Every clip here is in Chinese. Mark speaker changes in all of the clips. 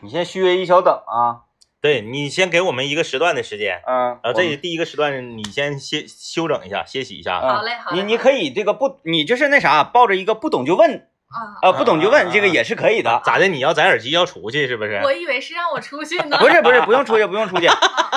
Speaker 1: 你先虚位一小等啊，
Speaker 2: 对你先给我们一个时段的时间，
Speaker 1: 嗯，
Speaker 2: 然后啊这第一个时段你先歇休整一下，歇息一下。
Speaker 1: 啊
Speaker 3: 好嘞，好嘞，
Speaker 1: 你你可以这个不，你就是那啥，抱着一个不懂就问，
Speaker 3: 啊，
Speaker 1: 啊，不懂就
Speaker 2: 啊
Speaker 1: 问，这个也是可以的。
Speaker 2: 咋的？你要摘耳机要出去是不是？
Speaker 3: 我以为是让我出去 呢。
Speaker 1: 不是不是，不用出去，不用 出去，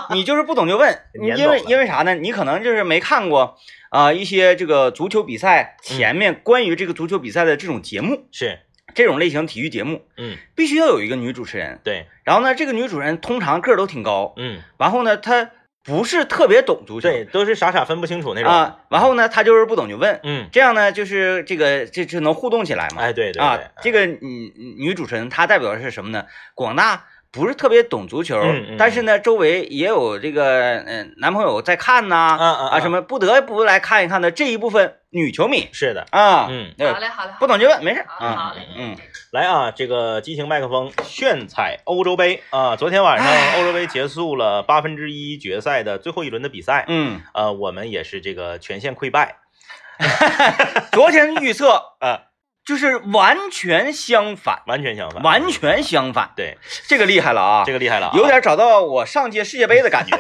Speaker 1: 你就是不懂就问，你
Speaker 2: 撵
Speaker 1: 因为
Speaker 2: 走了
Speaker 1: 因为啥呢？你可能就是没看过啊、一些这个足球比
Speaker 2: 嗯
Speaker 1: 赛前面关于这个足球比赛的这种节目，
Speaker 2: 是，
Speaker 1: 这种类型体育节目
Speaker 2: 嗯，
Speaker 1: 必须要有一个女主持人。
Speaker 2: 对，
Speaker 1: 然后呢，这个女主持人通常个儿都挺高，
Speaker 2: 嗯，
Speaker 1: 然后呢，她不是特别懂足球，
Speaker 2: 对，都是傻傻分不清楚那种。
Speaker 1: 啊，然后呢，她就是不懂就问，
Speaker 2: 嗯，
Speaker 1: 这样呢，就是这个这这能互动起来嘛。
Speaker 2: 哎，对对
Speaker 1: 啊
Speaker 2: 对，，哎
Speaker 1: 这个女女主持人她代表的是什么呢？广大不是特别懂足球，
Speaker 2: 嗯嗯
Speaker 1: 但是呢，周围也有这个嗯、呃男朋友在看呐、
Speaker 2: 啊啊
Speaker 1: 什么不得不来看一看的这一部分女球迷
Speaker 2: 是的，
Speaker 1: 啊，
Speaker 2: 嗯，
Speaker 1: 对
Speaker 3: 好，嘞，好嘞，
Speaker 1: 不懂就问，没事
Speaker 3: 好嘞，
Speaker 1: 啊，
Speaker 3: 好嘞，
Speaker 1: 嗯，
Speaker 2: 来啊，这个激情麦克风炫彩欧洲杯啊，昨天晚上欧洲杯结束了八分之一决赛的最后一轮的比赛，
Speaker 1: 嗯，
Speaker 2: 呃，我们也是这个全线溃败，
Speaker 1: 昨天预测呃
Speaker 2: 啊
Speaker 1: 就是完全相反，
Speaker 2: 完全相反，
Speaker 1: 完全相反，
Speaker 2: 对，
Speaker 1: 这个厉害了啊，
Speaker 2: 这个厉害了啊，
Speaker 1: 有点找到我上届世界杯的感觉，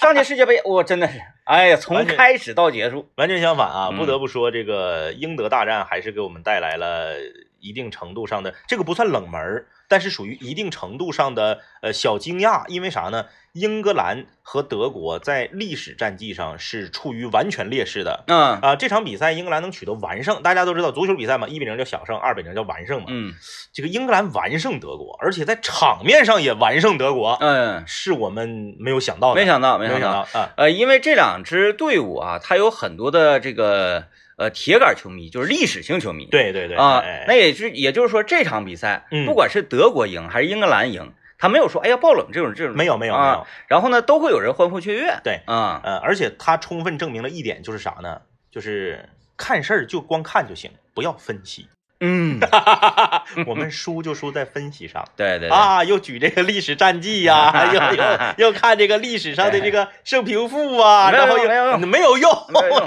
Speaker 1: 上届世界杯我真的是，哎呀，从
Speaker 2: 完全
Speaker 1: 开始到结束，
Speaker 2: 完全相反啊！
Speaker 1: 嗯
Speaker 2: 不得不说，这个英德大战还是给我们带来了一定程度上的，这个不算冷门儿，但是属于一定程度上的呃小惊讶。因为啥呢？英格兰和德国在历史战绩上是处于完全劣势的
Speaker 1: 嗯
Speaker 2: 啊、这场比赛英格兰能取得完胜，大家都知道足球比赛嘛，一比零叫小胜，二比零叫完胜嘛。
Speaker 1: 嗯
Speaker 2: 这个英格兰完胜德国，而且在场面上也完胜德国，
Speaker 1: 嗯。
Speaker 2: 是我们没有想到的，
Speaker 1: 没想到，没
Speaker 2: 没有
Speaker 1: 想
Speaker 2: 想
Speaker 1: 到。
Speaker 2: 到啊！
Speaker 1: 呃，因为这两支队伍啊，它有很多的这个呃铁杆球迷，就是历史性球迷。
Speaker 2: 对对对
Speaker 1: 啊
Speaker 2: 哎哎，
Speaker 1: 那也是也就是说，这场比赛
Speaker 2: 嗯
Speaker 1: 不管是德国赢还是英格兰赢，他没有说哎呀爆冷这种这种
Speaker 2: 没有没有没有。
Speaker 1: 啊然后呢，都会有人欢呼雀跃。
Speaker 2: 对
Speaker 1: 啊，
Speaker 2: 呃，而且他充分证明了一点，就是啥呢？就是看事儿就光看就行，不要分析。
Speaker 1: 嗯，
Speaker 2: 我们输就输在分析上
Speaker 1: 对对对，
Speaker 2: 啊，又举这个历史战绩呀、 又又又看这个历史上的这个胜平负啊，
Speaker 1: 没有
Speaker 2: 然后又
Speaker 1: 没有用
Speaker 2: 没有用，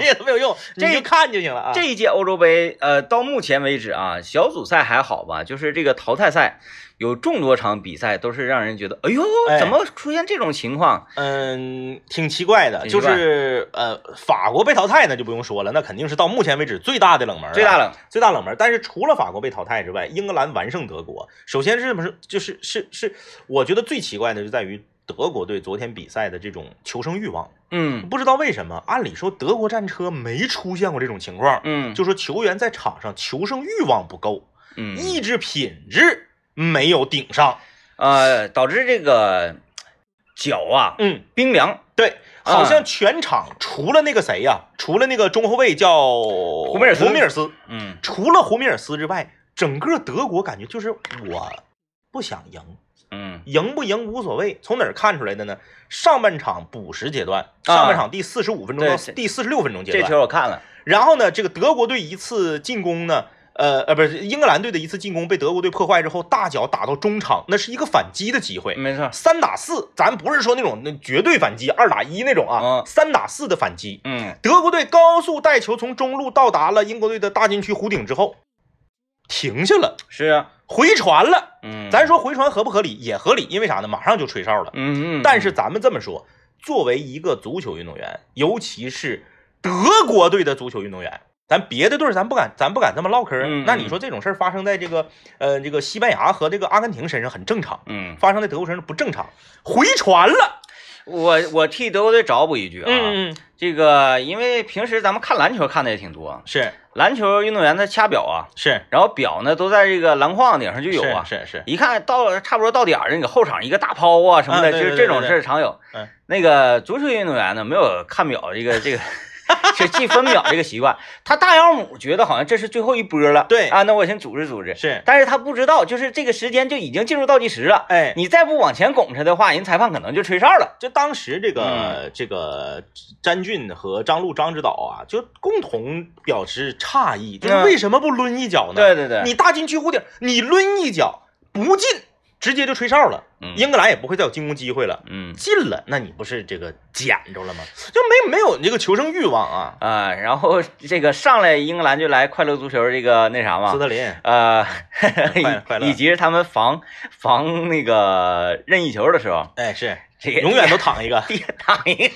Speaker 1: 没有用
Speaker 2: 这个没有用，
Speaker 1: 这
Speaker 2: 你就看就行了啊。
Speaker 1: 这一届欧洲杯，呃，到目前为止啊，小组赛还好吧，就是这个淘汰赛，有众多场比赛都是让人觉得，哎呦
Speaker 2: 哎，
Speaker 1: 怎么出现这种情况？
Speaker 2: 嗯，挺奇怪的，
Speaker 1: 挺
Speaker 2: 就
Speaker 1: 奇怪
Speaker 2: 是呃，法国被淘汰那就不用说了，那肯定是到目前为止最大的冷门啊，
Speaker 1: 最大冷，
Speaker 2: 最大冷门。但是除了法国被淘汰之外，英格兰完胜德国。首先是不是就是是是，我觉得最奇怪的就在于德国队昨天比赛的这种求生欲望，
Speaker 1: 嗯
Speaker 2: 不知道为什么，按理说德国战车没出现过这种情况，
Speaker 1: 嗯，
Speaker 2: 就说球员在场上求生欲望不够，
Speaker 1: 嗯
Speaker 2: 意志品质没有顶上。
Speaker 1: 呃，导致这个脚啊
Speaker 2: 嗯，
Speaker 1: 冰凉，
Speaker 2: 对。
Speaker 1: 啊
Speaker 2: 好像全场除了那个谁呀、除了那个中后卫叫胡
Speaker 1: 梅尔斯
Speaker 2: 胡梅尔斯，
Speaker 1: 嗯
Speaker 2: 除了胡梅尔斯之外，整个德国感觉就是我不想赢，
Speaker 1: 嗯
Speaker 2: 赢不赢无所谓。从哪儿看出来的呢？上半场补时阶段，
Speaker 1: 啊
Speaker 2: 上半场第四十五分钟到
Speaker 1: 对这
Speaker 2: 第四十六分钟阶
Speaker 1: 这
Speaker 2: 段，
Speaker 1: 球我看了，
Speaker 2: 然后呢，这个德国队一次进攻呢。呃呃，不是英格兰队的一次进攻被德国队破坏之后，大脚打到中场，那是一个反击的机会。
Speaker 1: 没错，
Speaker 2: 三打四，咱不是说那种那绝对反击，二打一那种啊，
Speaker 1: 嗯
Speaker 2: 三打四的反击。
Speaker 1: 嗯
Speaker 2: 德国队高速带球从中路到达了英国队的大禁区弧顶之后，停下了，
Speaker 1: 是啊，
Speaker 2: 回传了。
Speaker 1: 嗯，
Speaker 2: 咱说回传合不合理？也合理，因为啥呢？马上就吹哨了。
Speaker 1: 嗯嗯，
Speaker 2: 但是咱们这么说，作为一个足球运动员，尤其是德国队的足球运动员，咱别的队儿咱不敢，咱不敢这么唠嗑儿。
Speaker 1: 嗯
Speaker 2: 那你说这种事儿发生在这个呃这个西班牙和这个阿根廷身上很正常，
Speaker 1: 嗯，
Speaker 2: 发生在德国身上不正常，回传了。
Speaker 1: 我我替德国队找补一句啊，
Speaker 2: 嗯，
Speaker 1: 这个因为平时咱们看篮球看的也挺多，
Speaker 2: 是
Speaker 1: 篮球运动员他掐表啊，
Speaker 2: 是
Speaker 1: 然后表呢都在这个篮筐顶上就有啊，
Speaker 2: 是是
Speaker 1: 一看到了差不多到点儿了，你搁后场一个大抛啊什么的，
Speaker 2: 啊对对
Speaker 1: 就是
Speaker 2: 对
Speaker 1: 这种事儿常有。
Speaker 2: 对对嗯
Speaker 1: 那个足球运动员呢，没有看表这个 这个是记分秒这个习惯，他大养母觉得好像这是最后一波了，
Speaker 2: 对
Speaker 1: 啊，那我先组织组织
Speaker 2: 是，是，
Speaker 1: 但是他不知道，就是这个时间就已经进入倒计时了，
Speaker 2: 哎，
Speaker 1: 你再不往前拱他的话，人裁判可能就吹哨了。
Speaker 2: 就当时这
Speaker 1: 嗯
Speaker 2: 个、这个詹俊和张璐张指导啊，就共同表示诧异，就是
Speaker 1: 嗯
Speaker 2: 为什么不抡一脚呢？
Speaker 1: 对对对，
Speaker 2: 你大禁区弧顶，你抡一脚不进，直接就吹哨了，
Speaker 1: 嗯
Speaker 2: 英格兰也不会再有进攻机会了。
Speaker 1: 嗯
Speaker 2: 进了，那你不是这个捡着了吗？就没没有你这个求生欲望啊，
Speaker 1: 啊，然后这个上来英格兰就来快乐足球这个那啥嘛
Speaker 2: 斯，特林。
Speaker 1: 呃，
Speaker 2: 快快乐
Speaker 1: 以以及是他们防防那个任意球的时候，
Speaker 2: 哎，是
Speaker 1: 这个
Speaker 2: 永远都躺一个，
Speaker 1: 地躺一个，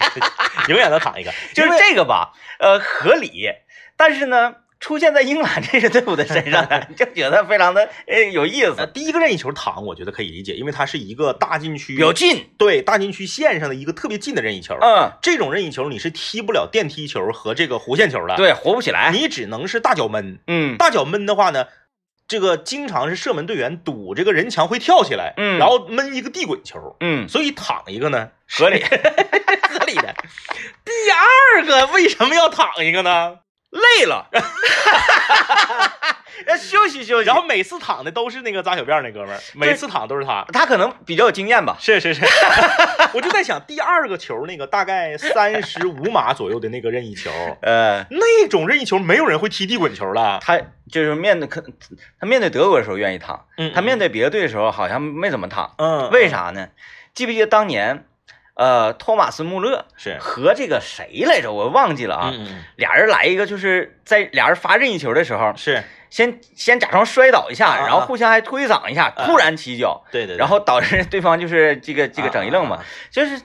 Speaker 2: 永远都躺一个，
Speaker 1: 就是这个吧，呃，合理，但是呢，出现在英格兰这支队伍的身上呢， 就觉得非常的呃有意
Speaker 2: 呃，
Speaker 1: 思，
Speaker 2: 第一个任意球躺，我觉得可以理解，因为它是一个大禁区，
Speaker 1: 有劲，
Speaker 2: 对大禁区线上的一个特别近的任意球。
Speaker 1: 嗯，
Speaker 2: 这种任意球你是踢不了电梯球和这个弧线球的，，
Speaker 1: 对，哎活不起来，
Speaker 2: 你只能是大脚闷。
Speaker 1: 嗯
Speaker 2: 大脚闷的话呢，这个经常是射门队员堵这个人墙会跳起来，
Speaker 1: 嗯
Speaker 2: 然后闷一个地滚球。
Speaker 1: 嗯，
Speaker 2: 所以躺一个呢，
Speaker 1: 合理，
Speaker 2: 合理的。 第二个为什么要躺一个呢？
Speaker 1: 累了， 休息休息，
Speaker 2: 然后每次躺的都是那个扎小辫儿那哥们儿，每次躺都是他。
Speaker 1: 他可能比较有经验吧，
Speaker 2: 是是是， 我就在想第二个球那个大概三十五码左右的那个任意球，
Speaker 1: 呃，
Speaker 2: 那种任意球没有人会踢地滚球了。
Speaker 1: 他就是面对可他面对德国的时候愿意躺，
Speaker 2: 嗯
Speaker 1: 他面对别的队的时候好像没怎么躺，
Speaker 2: 嗯，
Speaker 1: 为啥呢？记不记得当年，呃，托马斯穆勒
Speaker 2: 是
Speaker 1: 和这个谁来着？我忘记了啊。
Speaker 2: 嗯
Speaker 1: 俩人来一个，就是在俩人发任意球的时候，
Speaker 2: 是
Speaker 1: 先先假装摔倒一下，
Speaker 2: 嗯啊啊
Speaker 1: 然后互相还推搡一下，
Speaker 2: 啊
Speaker 1: 突然起脚，
Speaker 2: 对对，
Speaker 1: 然后导致对方就是这个这个整一愣嘛。
Speaker 2: 啊
Speaker 1: 就是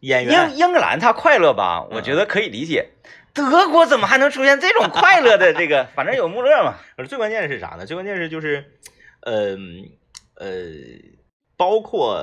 Speaker 2: 演
Speaker 1: 英
Speaker 2: 员嗯
Speaker 1: 英格兰他快乐吧，我觉得可以理解。德国怎么还能出现这种快乐的这 个？反正有穆勒嘛，
Speaker 2: 而最关键是啥呢？最关键是就是，嗯呃包括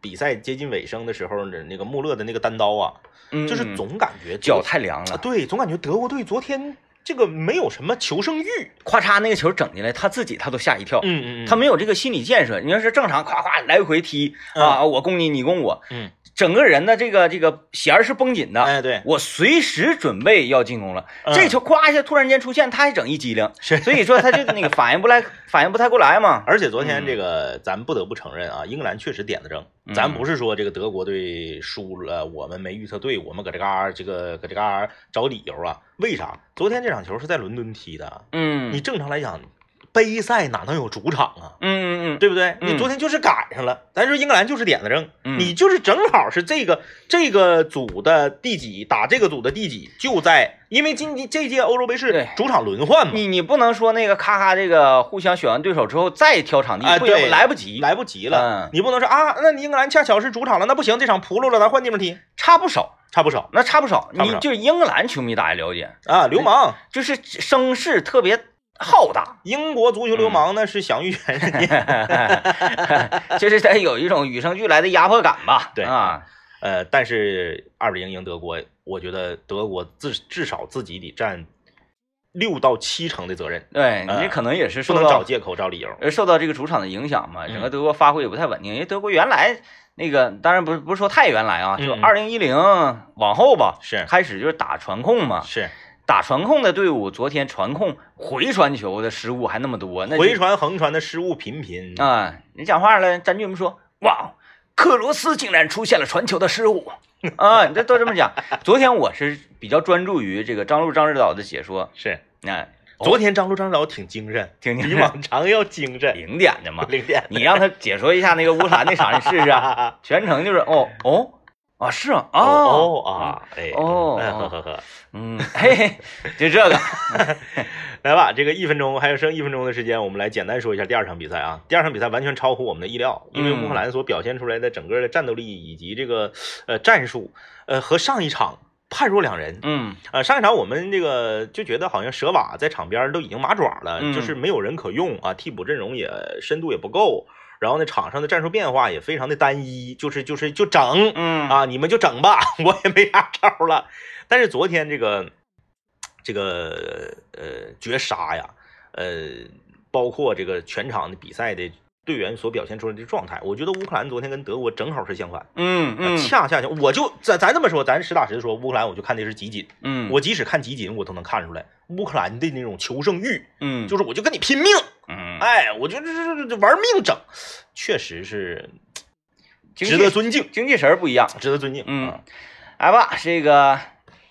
Speaker 2: 比赛接近尾声的时候，那个穆勒的那个单刀啊，
Speaker 1: 嗯
Speaker 2: 就是总感觉
Speaker 1: 脚
Speaker 2: 德啊
Speaker 1: 太凉了，
Speaker 2: 对，总感觉德国队昨天这个没有什么求生欲。
Speaker 1: 咔嚓那个球整进来，他自己他都吓一跳。
Speaker 2: 嗯
Speaker 1: 他没有这个心理建设，你要是正常，夸夸来回踢啊，我攻你，你攻我，
Speaker 2: 嗯，
Speaker 1: 整个人的这个这个弦儿是绷紧的，
Speaker 2: 哎对，
Speaker 1: 我随时准备要进攻了，
Speaker 2: 嗯
Speaker 1: 啊这球咵一下突然间出现，他还整一激灵，
Speaker 2: 是
Speaker 1: 所以说他就那个反应不来，反应不太过来 嘛。
Speaker 2: 而且昨天这个，咱不得不承认啊，英格兰确实点子正。
Speaker 1: 嗯
Speaker 2: 咱不是说这个德国队输了，我们没预测对，我们搁这嘎儿这个搁这嘎儿找理由啊？为啥？昨天这场球是在伦敦踢的，
Speaker 1: 嗯，
Speaker 2: 你正常来讲，杯赛哪能有主场啊？
Speaker 1: 嗯嗯嗯，
Speaker 2: 对不对？
Speaker 1: 嗯
Speaker 2: 你昨天就是赶上了，咱说英格兰就是点子正，
Speaker 1: 嗯
Speaker 2: 你就是正好是这个这个组的第几打这个组的第几，就在因为今这届欧洲杯是
Speaker 1: 对
Speaker 2: 主场轮换嘛，
Speaker 1: 你你不能说那个咔咔这个互相选完对手之后再挑场地，
Speaker 2: 哎
Speaker 1: 不行
Speaker 2: 对
Speaker 1: 来不及，
Speaker 2: 来不及了，
Speaker 1: 嗯
Speaker 2: 你不能说啊，那你英格兰恰巧是主场了，那不行，这场扑噜了，咱换地方踢，
Speaker 1: 差不少，
Speaker 2: 差不少
Speaker 1: 那差不少。
Speaker 2: 差不少
Speaker 1: 你就是英格兰球迷大家了解，
Speaker 2: 啊，流氓。
Speaker 1: 就是声势特别浩大，
Speaker 2: 英国足球流
Speaker 1: 嗯
Speaker 2: 氓呢是享誉全世 界，
Speaker 1: 就是他有一种与生俱来的压迫感吧。
Speaker 2: 对
Speaker 1: 啊，
Speaker 2: 呃，但是二比零赢德国，我觉得德国至至少自己得占六到七成的责任，
Speaker 1: 对
Speaker 2: 呃
Speaker 1: 你可能也是受
Speaker 2: 不能嗯找
Speaker 1: 到
Speaker 2: 借口找理由。
Speaker 1: 呃受到这个主场的影响嘛，整个德国发挥也不太稳定，因为德国原来那个当然不是不是说太原来啊，
Speaker 2: 嗯
Speaker 1: 就
Speaker 2: 嗯
Speaker 1: 二零一零往后吧，
Speaker 2: 是
Speaker 1: 开始就是打传控嘛，
Speaker 2: 是，
Speaker 1: 打传控的队伍昨天传控回传球的失误还那么多，那就
Speaker 2: 回传横传的失误频频，
Speaker 1: 啊，你讲话了，詹俊不说，哇，克罗斯竟然出现了传球的失误 啊！你这都这么讲。昨天我是比较专注于这个张璐张指导的解说，啊
Speaker 2: 是。
Speaker 1: 那、
Speaker 2: 昨天张璐张导挺精神，
Speaker 1: 哦挺精
Speaker 2: 比
Speaker 1: 神
Speaker 2: 往常要精 神，，
Speaker 1: 零点的嘛
Speaker 2: 零点
Speaker 1: 你让他解说一下那个乌兰那场，你试试啊。
Speaker 2: 啊
Speaker 1: 全程就是哦哦啊是啊
Speaker 2: 哦
Speaker 1: 哦
Speaker 2: 哦啊，哎
Speaker 1: 哦
Speaker 2: 嗯呵呵呵，
Speaker 1: 嗯嘿嘿，就这个
Speaker 2: 来吧，这个一分钟还有剩一分钟的时间，我们来简单说一下第二场比赛啊。第二场比赛完全超乎我们的意料，因为
Speaker 1: 嗯
Speaker 2: 乌克兰所表现出来的整个的战斗力以及这个呃战术，呃和上一场判若两人。
Speaker 1: 嗯
Speaker 2: 呃，上一场我们这个就觉得好像舍瓦在场边儿都已经麻爪了，
Speaker 1: 嗯
Speaker 2: 就是没有人可用啊，替补阵容也深度也不够，然后呢，场上的战术变化也非常的单一，就是就是就整
Speaker 1: 嗯
Speaker 2: 啊，你们就整吧， 我也没啥招儿了。但是昨天这个这个呃绝杀呀，呃，包括这个全场的比赛的队员所表现出来的状态，我觉得乌克兰昨天跟德国正好是相反，
Speaker 1: 嗯
Speaker 2: 啊
Speaker 1: 嗯
Speaker 2: 恰恰相，我就咱咱这么说，咱实打实说，乌克兰我就看的是集锦。
Speaker 1: 嗯
Speaker 2: 我即使看集锦，我都能看出来乌克兰的那种求胜欲，
Speaker 1: 嗯
Speaker 2: 就是我就跟你拼命，
Speaker 1: 嗯
Speaker 2: 哎，我就这这这这玩命整，确实是
Speaker 1: 经济
Speaker 2: 值得尊敬，
Speaker 1: 精气神儿不一样，
Speaker 2: 值得尊敬。
Speaker 1: 嗯
Speaker 2: 啊，
Speaker 1: 来吧，这个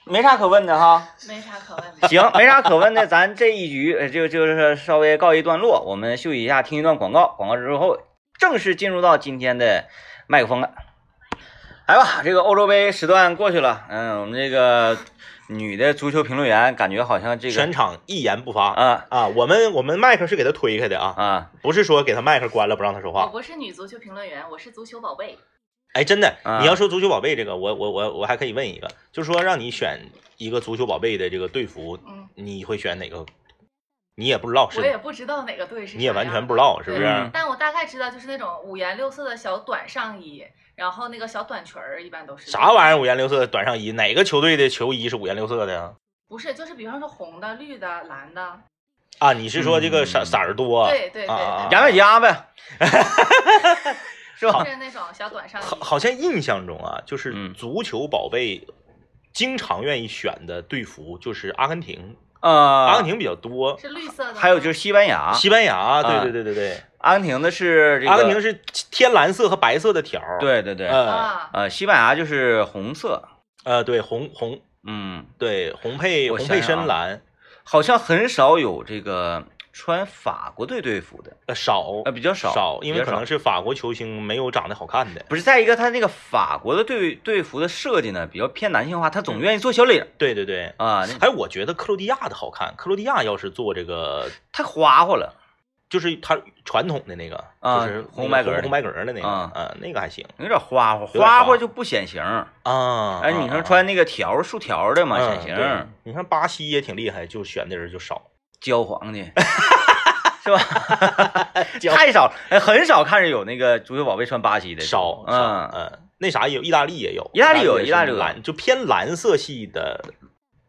Speaker 1: 没啥可问的哈。
Speaker 3: 没啥可问 的。
Speaker 1: 行，没啥可问的，咱这一局呃就就是稍微告一段落，我们休息一下，听一段广告，广告之后正式进入到今天的麦克风了。来吧，这个欧洲杯时段过去了，嗯，我们这个女的足球评论员感觉好像这个
Speaker 2: 全场一言不发
Speaker 1: 啊
Speaker 2: 啊！我们我们麦克是给他推开的啊，
Speaker 1: 啊，
Speaker 2: 不是说给他麦克关了不让他说
Speaker 3: 我
Speaker 2: 话。
Speaker 3: 不是女足球评论员，我是足球宝贝。
Speaker 2: 哎，真的
Speaker 1: 啊，
Speaker 2: 你要说足球宝贝这个，我我我我还可以问一个，就是说让你选一个足球宝贝的这个队服，
Speaker 3: 嗯，
Speaker 2: 你会选哪个？你也不知道是
Speaker 3: 我
Speaker 2: 吗
Speaker 3: 也不知道哪个队是啥样的，
Speaker 2: 你也完全不知道是不是？
Speaker 1: 嗯
Speaker 3: 但我大概知道，就是那种五颜六色的小短上衣，然后那个小短裙儿，一般都是
Speaker 2: 啥玩意儿五颜六色的短上衣？哪个球队的球衣是五颜六色的呀？
Speaker 3: 不是，就是比方说红的、绿的、蓝的，
Speaker 2: 啊，你是说这个色
Speaker 1: 嗯
Speaker 2: 色儿多？
Speaker 3: 对对对
Speaker 2: 啊啊啊
Speaker 3: 对
Speaker 1: 牙买加呗，是吧？
Speaker 3: 就是那种小短上衣
Speaker 2: 好，。好像印象中啊，就是
Speaker 1: 嗯
Speaker 2: 足球宝贝经常愿意选的队服就是阿根廷，阿
Speaker 1: 呃
Speaker 2: 根，廷比较多，
Speaker 3: 是绿色的吗，
Speaker 1: 还有就是西班牙，
Speaker 2: 西班牙，
Speaker 1: 啊
Speaker 2: 对对对对对，
Speaker 1: 阿根廷的是这个，
Speaker 2: 阿根廷是天蓝色和白色的条儿，，
Speaker 1: 对对对，
Speaker 2: 呃
Speaker 3: 啊，
Speaker 1: 呃，西班牙就是红色，
Speaker 2: 呃，对红红
Speaker 1: 嗯，
Speaker 2: 对红配
Speaker 1: 我
Speaker 2: 红
Speaker 1: 想
Speaker 2: 配
Speaker 1: 想啊
Speaker 2: 深蓝，
Speaker 1: 好像很少有这个穿法国队队服的，
Speaker 2: 呃少
Speaker 1: 呃，比较少，
Speaker 2: 少，因为
Speaker 1: 比较
Speaker 2: 可
Speaker 1: 少
Speaker 2: 能是法国球星没有长得好看的，
Speaker 1: 不是，再一个，他那个法国的队队服的设计呢，比较偏男性化，他总愿意做小领儿
Speaker 2: 对对对。
Speaker 1: 啊，那
Speaker 2: 还有，我觉得克罗地亚的好看。克罗地亚要是做这个
Speaker 1: 太花花了。
Speaker 2: 就是它传统的那个，
Speaker 1: 啊
Speaker 2: 就是
Speaker 1: 红
Speaker 2: 那个
Speaker 1: 白格儿的
Speaker 2: 红白格儿的那个，
Speaker 1: 啊
Speaker 2: 啊，那个还行
Speaker 1: 有点花花，
Speaker 2: 点花
Speaker 1: 花花就不显形。
Speaker 2: 啊。
Speaker 1: 哎，你说穿那个条儿竖条儿的嘛，
Speaker 2: 嗯
Speaker 1: 显
Speaker 2: 对
Speaker 1: 形，
Speaker 2: 你看巴西也挺厉害，就选的人就少，
Speaker 1: 焦黄 的，是吧？太少了，哎，很少看着有那个足球宝贝穿巴西的
Speaker 2: 少，少
Speaker 1: 嗯，
Speaker 2: 嗯，那啥也有，意大利也有，
Speaker 1: 意大利有
Speaker 2: 也是
Speaker 1: 意大利有
Speaker 2: 蓝，就偏蓝色系的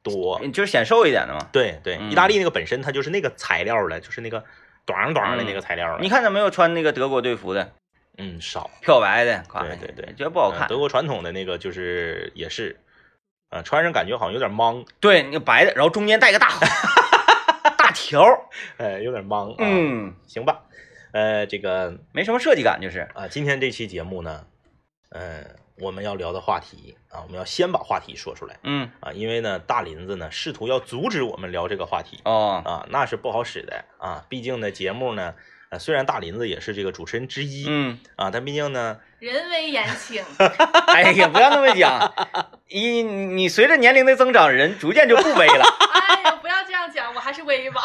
Speaker 2: 多。
Speaker 1: 嗯就是显瘦一点的嘛。
Speaker 2: 对对，
Speaker 1: 嗯
Speaker 2: 意大利那个本身它就是那个材料的，就是那个短短的那个材料
Speaker 1: 嗯你
Speaker 2: 的，
Speaker 1: 看有没有穿那个德国队服的，
Speaker 2: 嗯，少，
Speaker 1: 漂白的，夸
Speaker 2: 对对对
Speaker 1: 觉得不好
Speaker 2: 嗯
Speaker 1: 看。
Speaker 2: 德国传统的那个就是也是，呃，穿上感觉好像有点莽，
Speaker 1: 对，那个白的，然后中间带个大 大条儿，
Speaker 2: 哎，有点莽，啊，
Speaker 1: 嗯，
Speaker 2: 行吧，呃，这个。
Speaker 1: 没什么设计感，就是。
Speaker 2: 啊，今天这期节目呢，嗯、我们要聊的话题啊，我们要先把话题说出来
Speaker 1: 嗯，
Speaker 2: 啊，因为呢，大林子呢试图要阻止我们聊这个话题
Speaker 1: 哦，
Speaker 2: 啊，那是不好使的啊，毕竟呢，节目呢，呃，虽然大林子也是这个主持人之一、
Speaker 1: 嗯，
Speaker 2: 啊，但毕竟呢，
Speaker 3: 人微言 轻，
Speaker 1: 哎呀，不要那么讲，你你随着年龄的增长，人逐渐就不微了。
Speaker 3: 哎呀，不要这样讲，我还是微吧。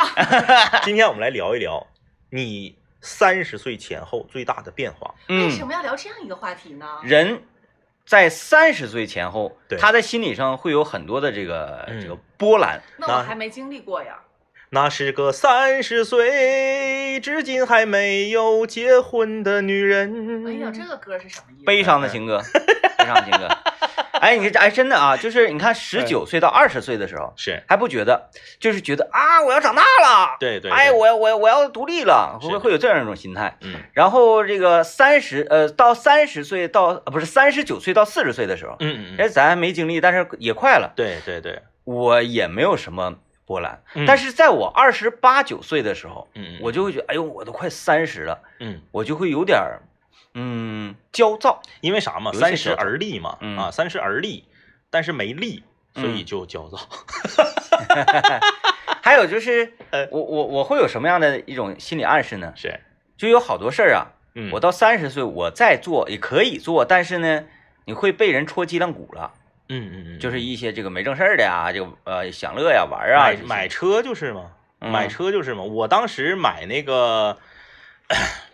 Speaker 2: 今天我们来聊一聊你三十岁前后最大的变化。
Speaker 3: 为什
Speaker 1: 嗯，
Speaker 3: 么要聊这样一个话题呢？
Speaker 2: 嗯
Speaker 1: 人在三十岁前后
Speaker 2: 对，
Speaker 1: 他在心理上会有很多的这个
Speaker 2: 嗯
Speaker 1: 这个波澜。
Speaker 3: 那
Speaker 2: 那
Speaker 3: 我还没经历过呀。
Speaker 2: 那是个三十岁至今还没有结婚的女人。
Speaker 3: 哎呀，这个歌是什
Speaker 2: 嗯
Speaker 3: 么意思？
Speaker 1: 悲伤的情歌， 悲伤的情歌。哎，你这哎真的啊，就是
Speaker 2: 嗯
Speaker 1: 你看十九岁到二十岁的时候
Speaker 2: 是
Speaker 1: 还不觉得，就是觉得啊我要长大了，
Speaker 2: 对对，
Speaker 1: 哎
Speaker 2: 对
Speaker 1: 我要我要我要独立了，
Speaker 2: 是
Speaker 1: 会
Speaker 2: 的
Speaker 1: 会有这样一种心态。
Speaker 2: 嗯
Speaker 1: 然后这个三十呃到三十岁到呃不是三十九岁到四十岁的时候，
Speaker 2: 嗯嗯
Speaker 1: 哎
Speaker 2: 嗯，
Speaker 1: 咱还没经历，但是也快了，
Speaker 2: 对对对，
Speaker 1: 我也没有什么波澜。
Speaker 2: 嗯
Speaker 1: 但是在我二十八九岁的时候，
Speaker 2: 嗯，
Speaker 1: 我就会觉得哎呦我都快三十了，
Speaker 2: 嗯，
Speaker 1: 我就会有点儿嗯焦 躁。
Speaker 2: 因为啥嘛，
Speaker 1: 有一些时
Speaker 2: 三十
Speaker 1: 候
Speaker 2: 而立嘛，
Speaker 1: 嗯
Speaker 2: 啊，三十而立，但是没力，所以
Speaker 1: 嗯
Speaker 2: 就焦躁。
Speaker 1: 还有就是
Speaker 2: 呃，
Speaker 1: 我我我会有什么样的一种心理暗示呢？
Speaker 2: 是，
Speaker 1: 就有好多事儿啊，
Speaker 2: 嗯，
Speaker 1: 我到三十岁我再做也可以做，但是呢，你会被人戳脊梁骨了，
Speaker 2: 嗯嗯嗯，
Speaker 1: 就是一些这个没正事儿的呀，这个呃享乐呀玩儿啊
Speaker 2: 买，买车就是嘛，
Speaker 1: 嗯
Speaker 2: 买车就是嘛。我当时买那个，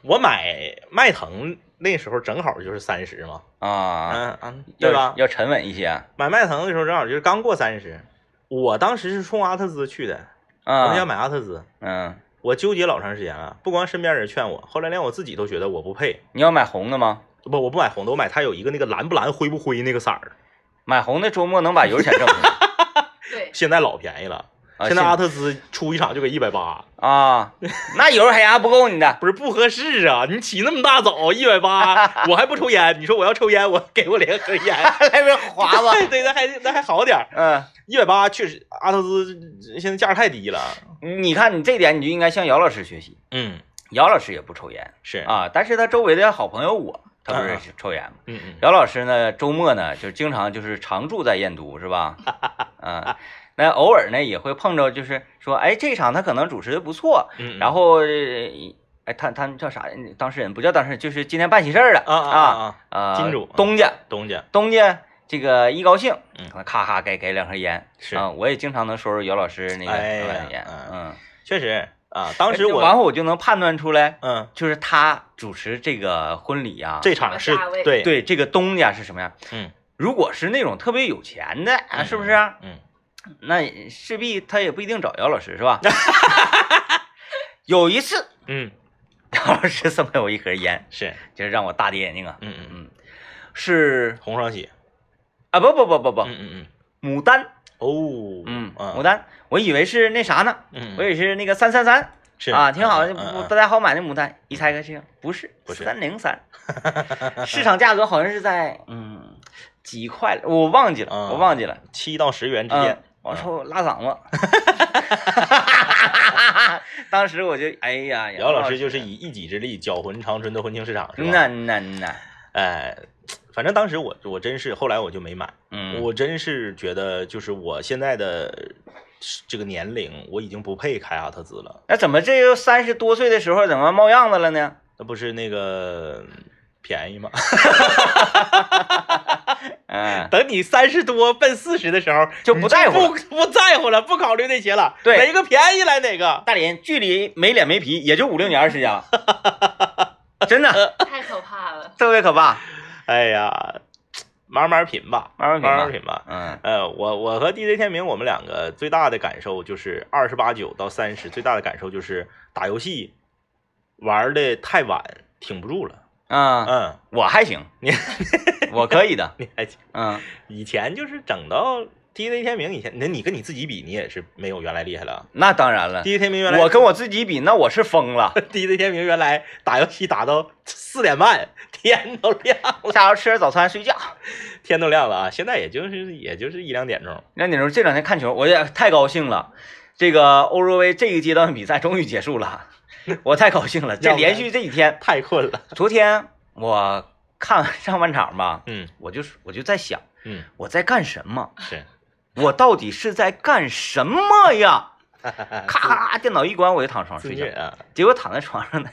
Speaker 2: 我买迈腾那时候正好就是三十嘛，
Speaker 1: 啊，
Speaker 2: 嗯嗯，
Speaker 1: 要
Speaker 2: 对吧？
Speaker 1: 要沉稳一些啊，
Speaker 2: 买迈腾的时候正好就是刚过三十，我当时是冲阿特兹去的，我就想买阿特兹。
Speaker 1: 啊嗯，
Speaker 2: 我纠结老长时间了，不光身边人劝我，后来连我自己都觉得我不配，
Speaker 1: 你要买红的吗？
Speaker 2: 不，我不买红的，我买它有一个那个蓝不蓝、灰不灰那个色儿，
Speaker 1: 买红的周末能把油钱挣回 来。
Speaker 3: 对，
Speaker 2: 现在老便宜了。
Speaker 1: 啊
Speaker 2: 现在阿特兹出一场就给一百八，
Speaker 1: 啊，那油还压不够你的，
Speaker 2: 不是不合适啊！你起那么大早一百八，我还不抽烟，你说我要抽烟，我给我连盒烟。
Speaker 1: 来边划 吧。
Speaker 2: 对对，那还那还好点儿，
Speaker 1: 嗯，
Speaker 2: 一百八确实阿特兹现在价格太低了。
Speaker 1: 你看你这点你就应该向姚老师学习，
Speaker 2: 嗯，
Speaker 1: 姚老师也不抽烟。
Speaker 2: 是，
Speaker 1: 啊，但是他周围的好朋友我，他不是抽烟吗？
Speaker 2: 嗯嗯，
Speaker 1: 姚老师呢，周末呢就经常就是常驻在燕都，是吧？啊，那偶尔呢也会碰着，就是说，哎，这场他可能主持的不错，
Speaker 2: 嗯嗯
Speaker 1: 然后呃哎，他他们叫啥？当事人不叫当事人，就是今天办喜事儿了
Speaker 2: 啊啊
Speaker 1: 啊
Speaker 2: 啊！
Speaker 1: 啊
Speaker 2: 金主
Speaker 1: 东家
Speaker 2: 东家
Speaker 1: 东家这个一高兴，
Speaker 2: 嗯
Speaker 1: 可能咔咔给给两盒烟
Speaker 2: 是
Speaker 1: 啊，我也经常能收着姚老师那个
Speaker 2: 哎呀
Speaker 1: 两盒烟，
Speaker 2: 嗯
Speaker 1: 嗯，
Speaker 2: 确实啊，当时
Speaker 1: 哎然
Speaker 2: 我
Speaker 1: 后我就能判断出来，
Speaker 2: 嗯，
Speaker 1: 就是他主持这个婚礼啊，
Speaker 2: 这场是
Speaker 3: 什么价位
Speaker 2: 对，
Speaker 1: 对这个东家是什么样？
Speaker 2: 嗯，
Speaker 1: 如果是那种特别有钱的，啊，
Speaker 2: 嗯
Speaker 1: 是不是啊？
Speaker 2: 嗯，
Speaker 1: 那势必他也不一定找姚老师， 是吧？有一次，
Speaker 2: 嗯，
Speaker 1: 姚老师送给我一盒烟，
Speaker 2: 是，
Speaker 1: 就是让我大跌眼镜啊。
Speaker 2: 嗯嗯，
Speaker 1: 嗯，是
Speaker 2: 红双喜，
Speaker 1: 啊，不不不不不，
Speaker 2: 嗯嗯嗯，
Speaker 1: 牡丹，
Speaker 2: 哦，啊
Speaker 1: 牡丹，嗯我以为是那啥呢，
Speaker 2: 嗯，
Speaker 1: 我以为是那个三三三
Speaker 2: 是
Speaker 1: 啊，挺好，不、大
Speaker 2: 不
Speaker 1: 家好买的牡丹，一猜开这个不是，
Speaker 2: 不是
Speaker 1: 三零 三，市场价格好像是在嗯几块了，我忘记了，
Speaker 2: 嗯
Speaker 1: 我忘记了。
Speaker 2: 七到十元之
Speaker 1: 嗯
Speaker 2: 间，，
Speaker 1: 我
Speaker 2: 嗯
Speaker 1: 说拉嗓子，当时我就哎呀，
Speaker 2: 姚老师就是以一己之力搅浑长春的婚庆市场，是
Speaker 1: 那
Speaker 2: 吧？
Speaker 1: 那那，
Speaker 2: 哎，反正当时我我真是，后来我就没买，
Speaker 1: 嗯，
Speaker 2: 我真是觉得就是我现在的这个年龄，我已经不配开阿特兹了。
Speaker 1: 那怎么这又三十多岁的时候怎么冒样子了呢？
Speaker 2: 那不是那个便宜吗？
Speaker 1: 嗯，
Speaker 2: 等你三十多奔四十的时候，
Speaker 1: 就不在乎了
Speaker 2: 你就不不在乎了，不考虑那些了。
Speaker 1: 对
Speaker 2: 哪个便宜来哪个。
Speaker 1: 大连距离没脸没皮也就五六年儿时间 了，真
Speaker 2: 呃
Speaker 1: 的
Speaker 3: 太可怕 了。
Speaker 1: 特别可怕，
Speaker 2: 哎呀，慢慢品吧，
Speaker 1: 慢慢品吧
Speaker 2: 慢慢品吧。
Speaker 1: 嗯
Speaker 2: 呃，我我和 DJ 天明，我们两个最大的感受就是二十八九到三十，最大的感受就是打游戏玩的太晚，挺不住了。
Speaker 1: 啊，
Speaker 2: 嗯，
Speaker 1: 我还行，
Speaker 2: 你
Speaker 1: 我可以的，
Speaker 2: 你还记
Speaker 1: 嗯，
Speaker 2: 以前就是整到 DJ 天明以前，那你跟你自己比，你也是没有原来厉害了。
Speaker 1: 那当然 了，
Speaker 2: DJ 天明原来
Speaker 1: 我跟我自己比，那我是疯 了，
Speaker 2: DJ 天明原来打游戏打到四点半，天都亮，
Speaker 1: 下楼吃点早餐睡觉。
Speaker 2: 天都亮了啊！现在也就是也就是一两点钟。
Speaker 1: 那你说这两天看球，我也太高兴了。这个欧洲杯这一阶段比赛终于结束了， 我太高兴了。这
Speaker 2: 要不然
Speaker 1: 连续这几天，
Speaker 2: 太困了，
Speaker 1: 昨天我看上半场吧，
Speaker 2: 嗯
Speaker 1: 我就是我就在想，
Speaker 2: 嗯，
Speaker 1: 我在干什么？
Speaker 2: 是，
Speaker 1: 我到底是在干什么呀？咔咔咔，电脑一关，我就躺床上睡
Speaker 2: 自
Speaker 1: 觉
Speaker 2: 虐。啊，
Speaker 1: 结果躺在床上呢，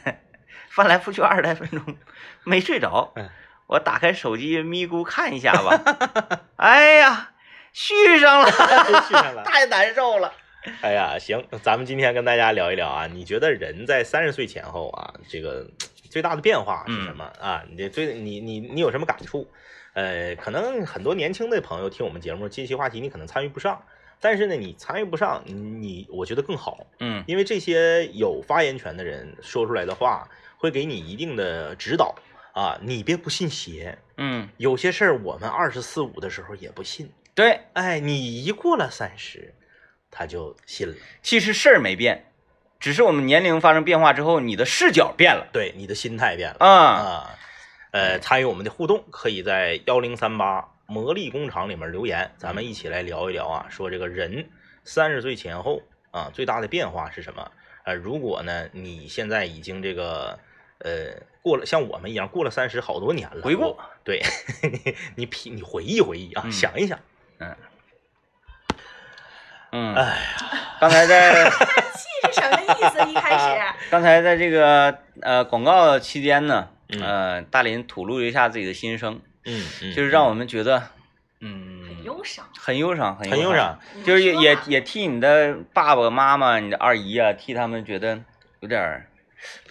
Speaker 1: 翻来覆去二十来分钟没睡着
Speaker 2: 嗯，
Speaker 1: 我打开手机咪咕看一下吧， 哎呀，续上了，
Speaker 2: 续上了。
Speaker 1: 太难受了。
Speaker 2: 哎呀，行，咱们今天跟大家聊一聊啊，你觉得人在三十岁前后啊，这个最大的变化是什么、啊？你最你你你有什么感触？呃，可能很多年轻的朋友听我们节目，这些话题你可能参与不上，但是呢，你参与不上，你你我觉得更好，
Speaker 1: 嗯
Speaker 2: 因为这些有发言权的人说出来的话，会给你一定的指导啊，你别不信邪，
Speaker 1: 嗯，
Speaker 2: 有些事儿我们二十四五的时候也不信，
Speaker 1: 对，
Speaker 2: 哎，你一过了三十，他就信了。
Speaker 1: 其实事儿没变，只是我们年龄发生变化之后，你的视角变了
Speaker 2: 对，你的心态变了
Speaker 1: 啊。
Speaker 2: 啊。呃，参与我们的互动，可以在幺零三八魔力工厂里面留言，咱们一起来聊一聊啊，说这个人三十岁前后啊最大的变化是什么？呃，如果呢你现在已经这个呃过了像我们一样过了三十好多年了，
Speaker 1: 回顾
Speaker 2: 我，对 你你品你回忆回忆啊，
Speaker 1: 嗯
Speaker 2: 想一想，
Speaker 1: 嗯，
Speaker 2: 哎
Speaker 1: 刚才在
Speaker 3: 气是什么意思？一开 始
Speaker 1: 刚才在这个呃广告期间呢，
Speaker 2: 嗯
Speaker 1: 呃，大林吐露了一下自己的心声，
Speaker 2: 嗯，嗯
Speaker 1: 就是让我们觉得，嗯，
Speaker 3: 很忧伤，
Speaker 1: 很忧伤，很
Speaker 2: 很忧伤，
Speaker 3: 你
Speaker 1: 就是也
Speaker 3: 说
Speaker 1: 也
Speaker 3: 吧
Speaker 1: 也替你的爸爸妈妈、你的二姨啊，替他们觉得有点儿，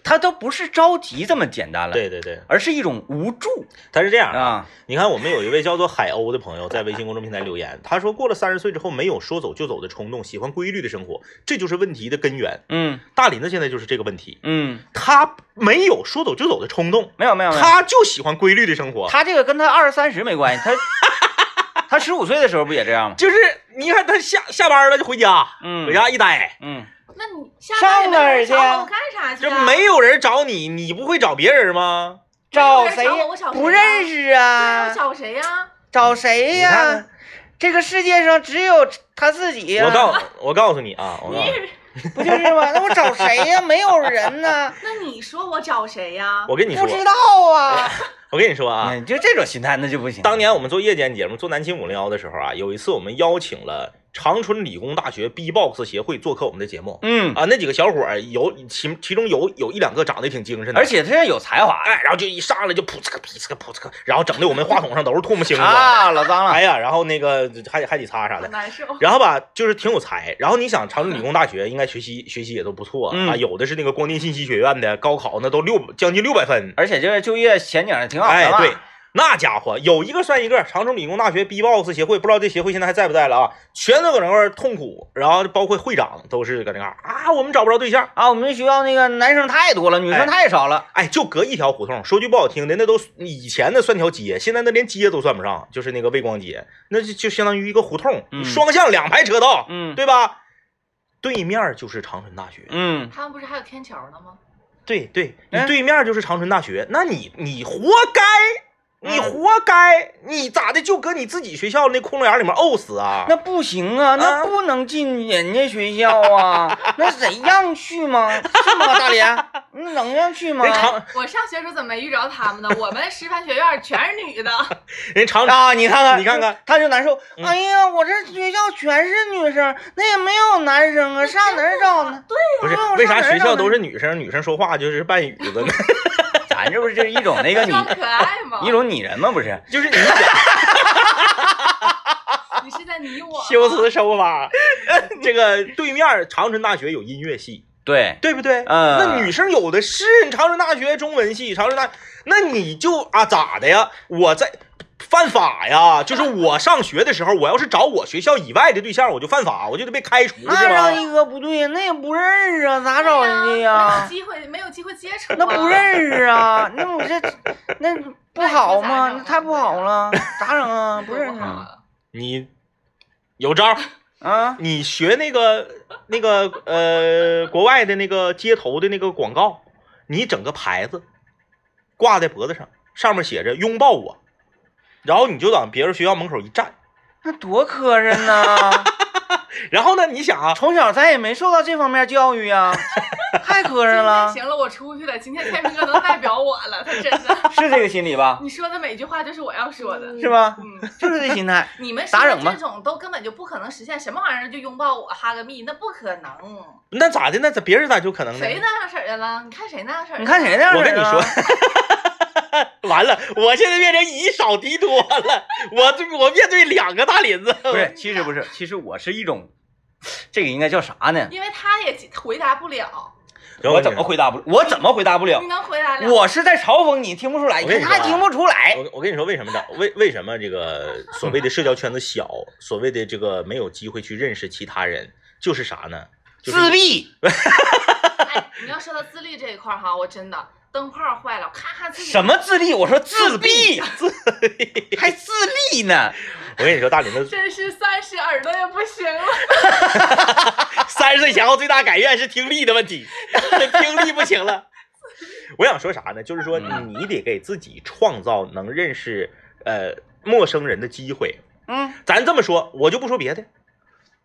Speaker 1: 他都不是着急这么简单了，，
Speaker 2: 对对对，
Speaker 1: 而是一种无助
Speaker 2: 他是这样
Speaker 1: 啊，
Speaker 2: 你看，我们有一位叫做海鸥的朋友在微信公众平台留言，他说过了三十岁之后没有说走就走的冲动，喜欢规律的生活，这就是问题的根源。
Speaker 1: 嗯
Speaker 2: 大林子现在就是这个问题，
Speaker 1: 嗯，
Speaker 2: 他没有说走就走的冲动，
Speaker 1: 没有没有没有，
Speaker 2: 他就喜欢规律的生活。
Speaker 1: 他这个跟他二三十没关 系，他他十五岁的时候不也这样吗？
Speaker 2: 就是你看他下下班了就回家，
Speaker 1: 嗯
Speaker 2: 回家一待，
Speaker 1: 嗯，
Speaker 3: 那你下班也没人
Speaker 1: 上哪儿去
Speaker 3: 找我干啥去
Speaker 2: 这
Speaker 3: 啊？
Speaker 2: 没有人找你，你不会找别人吗？
Speaker 1: 找
Speaker 3: 没有人
Speaker 1: 谁
Speaker 3: 找我我找谁呀
Speaker 1: 不认识
Speaker 3: 对
Speaker 1: 啊
Speaker 3: 我？找谁呀？
Speaker 1: 找谁
Speaker 2: 你看
Speaker 1: 呀
Speaker 2: 看？
Speaker 1: 这个世界上只有他自己呀、
Speaker 2: 我告我告诉你啊，我告
Speaker 3: 你
Speaker 2: 诉你，
Speaker 3: 也
Speaker 1: 不就是 吗？那我找谁呀、没有人呢、
Speaker 3: 那你说我找谁呀？
Speaker 2: 我跟你
Speaker 1: 不
Speaker 2: 说，
Speaker 1: 知道啊。
Speaker 2: 我跟你说啊，
Speaker 1: 你就这种心态那就不行。
Speaker 2: 当年我们做夜间节目做南秦五零幺的时候啊，有一次我们邀请了长春理工大学 B-box 协会做客我们的节目。
Speaker 1: 嗯，
Speaker 2: 啊，那几个小伙儿有其其中有有一两个长得挺精神的，
Speaker 1: 而且他是有才华
Speaker 2: 哎，然后就一上来就噗呲个噗呲个噗呲个，然后整的我们话筒上都是唾沫星子，
Speaker 1: 啊，老脏了，
Speaker 2: 哎呀，然后那个还得还得擦啥
Speaker 3: 好
Speaker 2: 的，
Speaker 3: 难受。
Speaker 2: 然后吧，就是挺有才。然后你想，长春理工大学应该学习学习也都不错、
Speaker 1: 嗯
Speaker 2: 啊，有的是那个光电信息学院的，高考那都六将近六百分。
Speaker 1: 而且这个就业前景挺好
Speaker 2: 哎
Speaker 1: 的，嘛。
Speaker 2: 对，那家伙有一个算一个。长春理工大学 B-box 协会，不知道这协会现在还在不在了啊？全都搁那块儿痛苦，然后包括会长都是搁那嘎啊，我们找不着对象。
Speaker 1: 啊，我们学校那个男生太多了，女生太少了。
Speaker 2: 哎，就隔一条胡同，说句不好听的，那都以前的算条街，现在那连街都算不上，就是那个卫光街，那就就相当于一个胡同，
Speaker 1: 嗯
Speaker 2: 双向两排车道，
Speaker 1: 嗯
Speaker 2: 对吧？对面就是长春大学，
Speaker 1: 嗯，
Speaker 3: 他们不是还有天桥呢吗？
Speaker 2: 对对，你
Speaker 1: 嗯
Speaker 2: 对面就是长春大学，那你你活该，你
Speaker 1: 嗯
Speaker 2: 活该，你咋的就搁你自己学校那窟窿眼里面怄死啊？
Speaker 1: 那不行啊，那不能进人家学校 啊，那谁让去吗？是吗，大连？你能让去吗
Speaker 2: 人？长
Speaker 3: 哎我上学的时候怎么没遇着他们呢？我们师范学院全是女的，
Speaker 2: 人长
Speaker 1: 啊，你看看，
Speaker 2: 你看看，
Speaker 1: 他就难受。
Speaker 2: 嗯
Speaker 1: 哎呀，我这学校全是女生，那也没有男生啊，上哪儿找呢？哎
Speaker 2: 不是
Speaker 1: 我
Speaker 2: 为啥学校都
Speaker 1: 是？
Speaker 2: 是女生，女生说话就是扮语子呢？
Speaker 1: 咱这不是就是一种那个拟
Speaker 3: 装可爱吗？
Speaker 1: 一种拟人吗？不是？
Speaker 2: 就是 你讲。
Speaker 3: 你是在你我吗
Speaker 2: 修辞手 法。这个对面儿长春大学有音乐系，
Speaker 1: 对，
Speaker 2: 对不对？
Speaker 1: 嗯
Speaker 2: 那女生有的是，你长春大学中文系，长春大，那你就啊咋的呀？我在犯法呀！就是我上学的时候，我要是找我学校以外的对象，我就犯法，我就得被开除，
Speaker 1: 那
Speaker 2: 是
Speaker 1: 让
Speaker 2: 吧？
Speaker 1: 一哥不对呀，那也不认识啊，咋找人家
Speaker 3: 对
Speaker 1: 呀、
Speaker 3: 呀？没有机会，没有机会接触啊。
Speaker 1: 那不认识啊，那我这那不好吗？
Speaker 3: 那
Speaker 1: 那
Speaker 3: 你说咋整啊
Speaker 1: 太不好了，咋整啊？不
Speaker 3: 不
Speaker 1: 认
Speaker 3: 认
Speaker 1: 识
Speaker 3: 识
Speaker 1: 啊
Speaker 2: 你有招儿，
Speaker 1: 啊？
Speaker 2: 你学那个那个呃国外的那个街头的那个广告，你整个牌子挂在脖子上，上面写着“拥抱我”，然后你就往别人学校门口一站，
Speaker 1: 那多磕碜 呐！
Speaker 2: 然后呢，你想啊，
Speaker 1: 从小咱也没受到这方面教育 啊，太磕碜了，
Speaker 3: 行了，我出去了。今天天明哥能代表我了，他真的。
Speaker 1: 是这个心理吧？
Speaker 3: 你说的每句话就是我要说的。
Speaker 1: 是吧？
Speaker 3: 嗯，
Speaker 1: 就是这心态。
Speaker 3: 你们
Speaker 1: 打
Speaker 3: 说的
Speaker 1: 整吧
Speaker 3: 这种都根本就不可能实现，什么玩意儿就拥抱我哈个蜜，那不可能。
Speaker 2: 那咋的？那咋别人咋就可能呢？
Speaker 3: 谁那样式儿的了？你看谁那样式儿的？
Speaker 1: 你看谁那样
Speaker 2: 我跟
Speaker 1: 式
Speaker 2: 你
Speaker 1: 儿啊
Speaker 2: 说， 完了，我现在变成以少敌多了，我对我面对两个大林子，
Speaker 1: 不是，其实不是，其实我是一种，这个应该叫啥呢？
Speaker 3: 因为他也回答不了，
Speaker 1: 我怎么回答不？我怎么回答不了
Speaker 3: 你？能回答了？
Speaker 1: 我是在嘲讽你，听不出来，
Speaker 2: 我跟你说啊
Speaker 1: 他听不出来。
Speaker 2: 我我跟你说，为什么这为为什么这个所谓的社交圈子小，所谓的这个没有机会去认识其他人，就是啥呢？就是
Speaker 1: 自闭，
Speaker 3: 哎，你要说到自律这一块儿哈，我真的灯泡坏了，咔咔自己
Speaker 1: 什么自立？我说自闭，自闭 还自立呢？
Speaker 2: 我跟你说，大林 子
Speaker 3: 真是三十耳朵也不行了。
Speaker 2: 三十岁前后最大改变是听力的问题，这听力不行了。我想说啥呢？就是说
Speaker 1: 嗯
Speaker 2: 你得给自己创造能认识呃陌生人的机会。
Speaker 1: 嗯，
Speaker 2: 咱这么说，我就不说别的。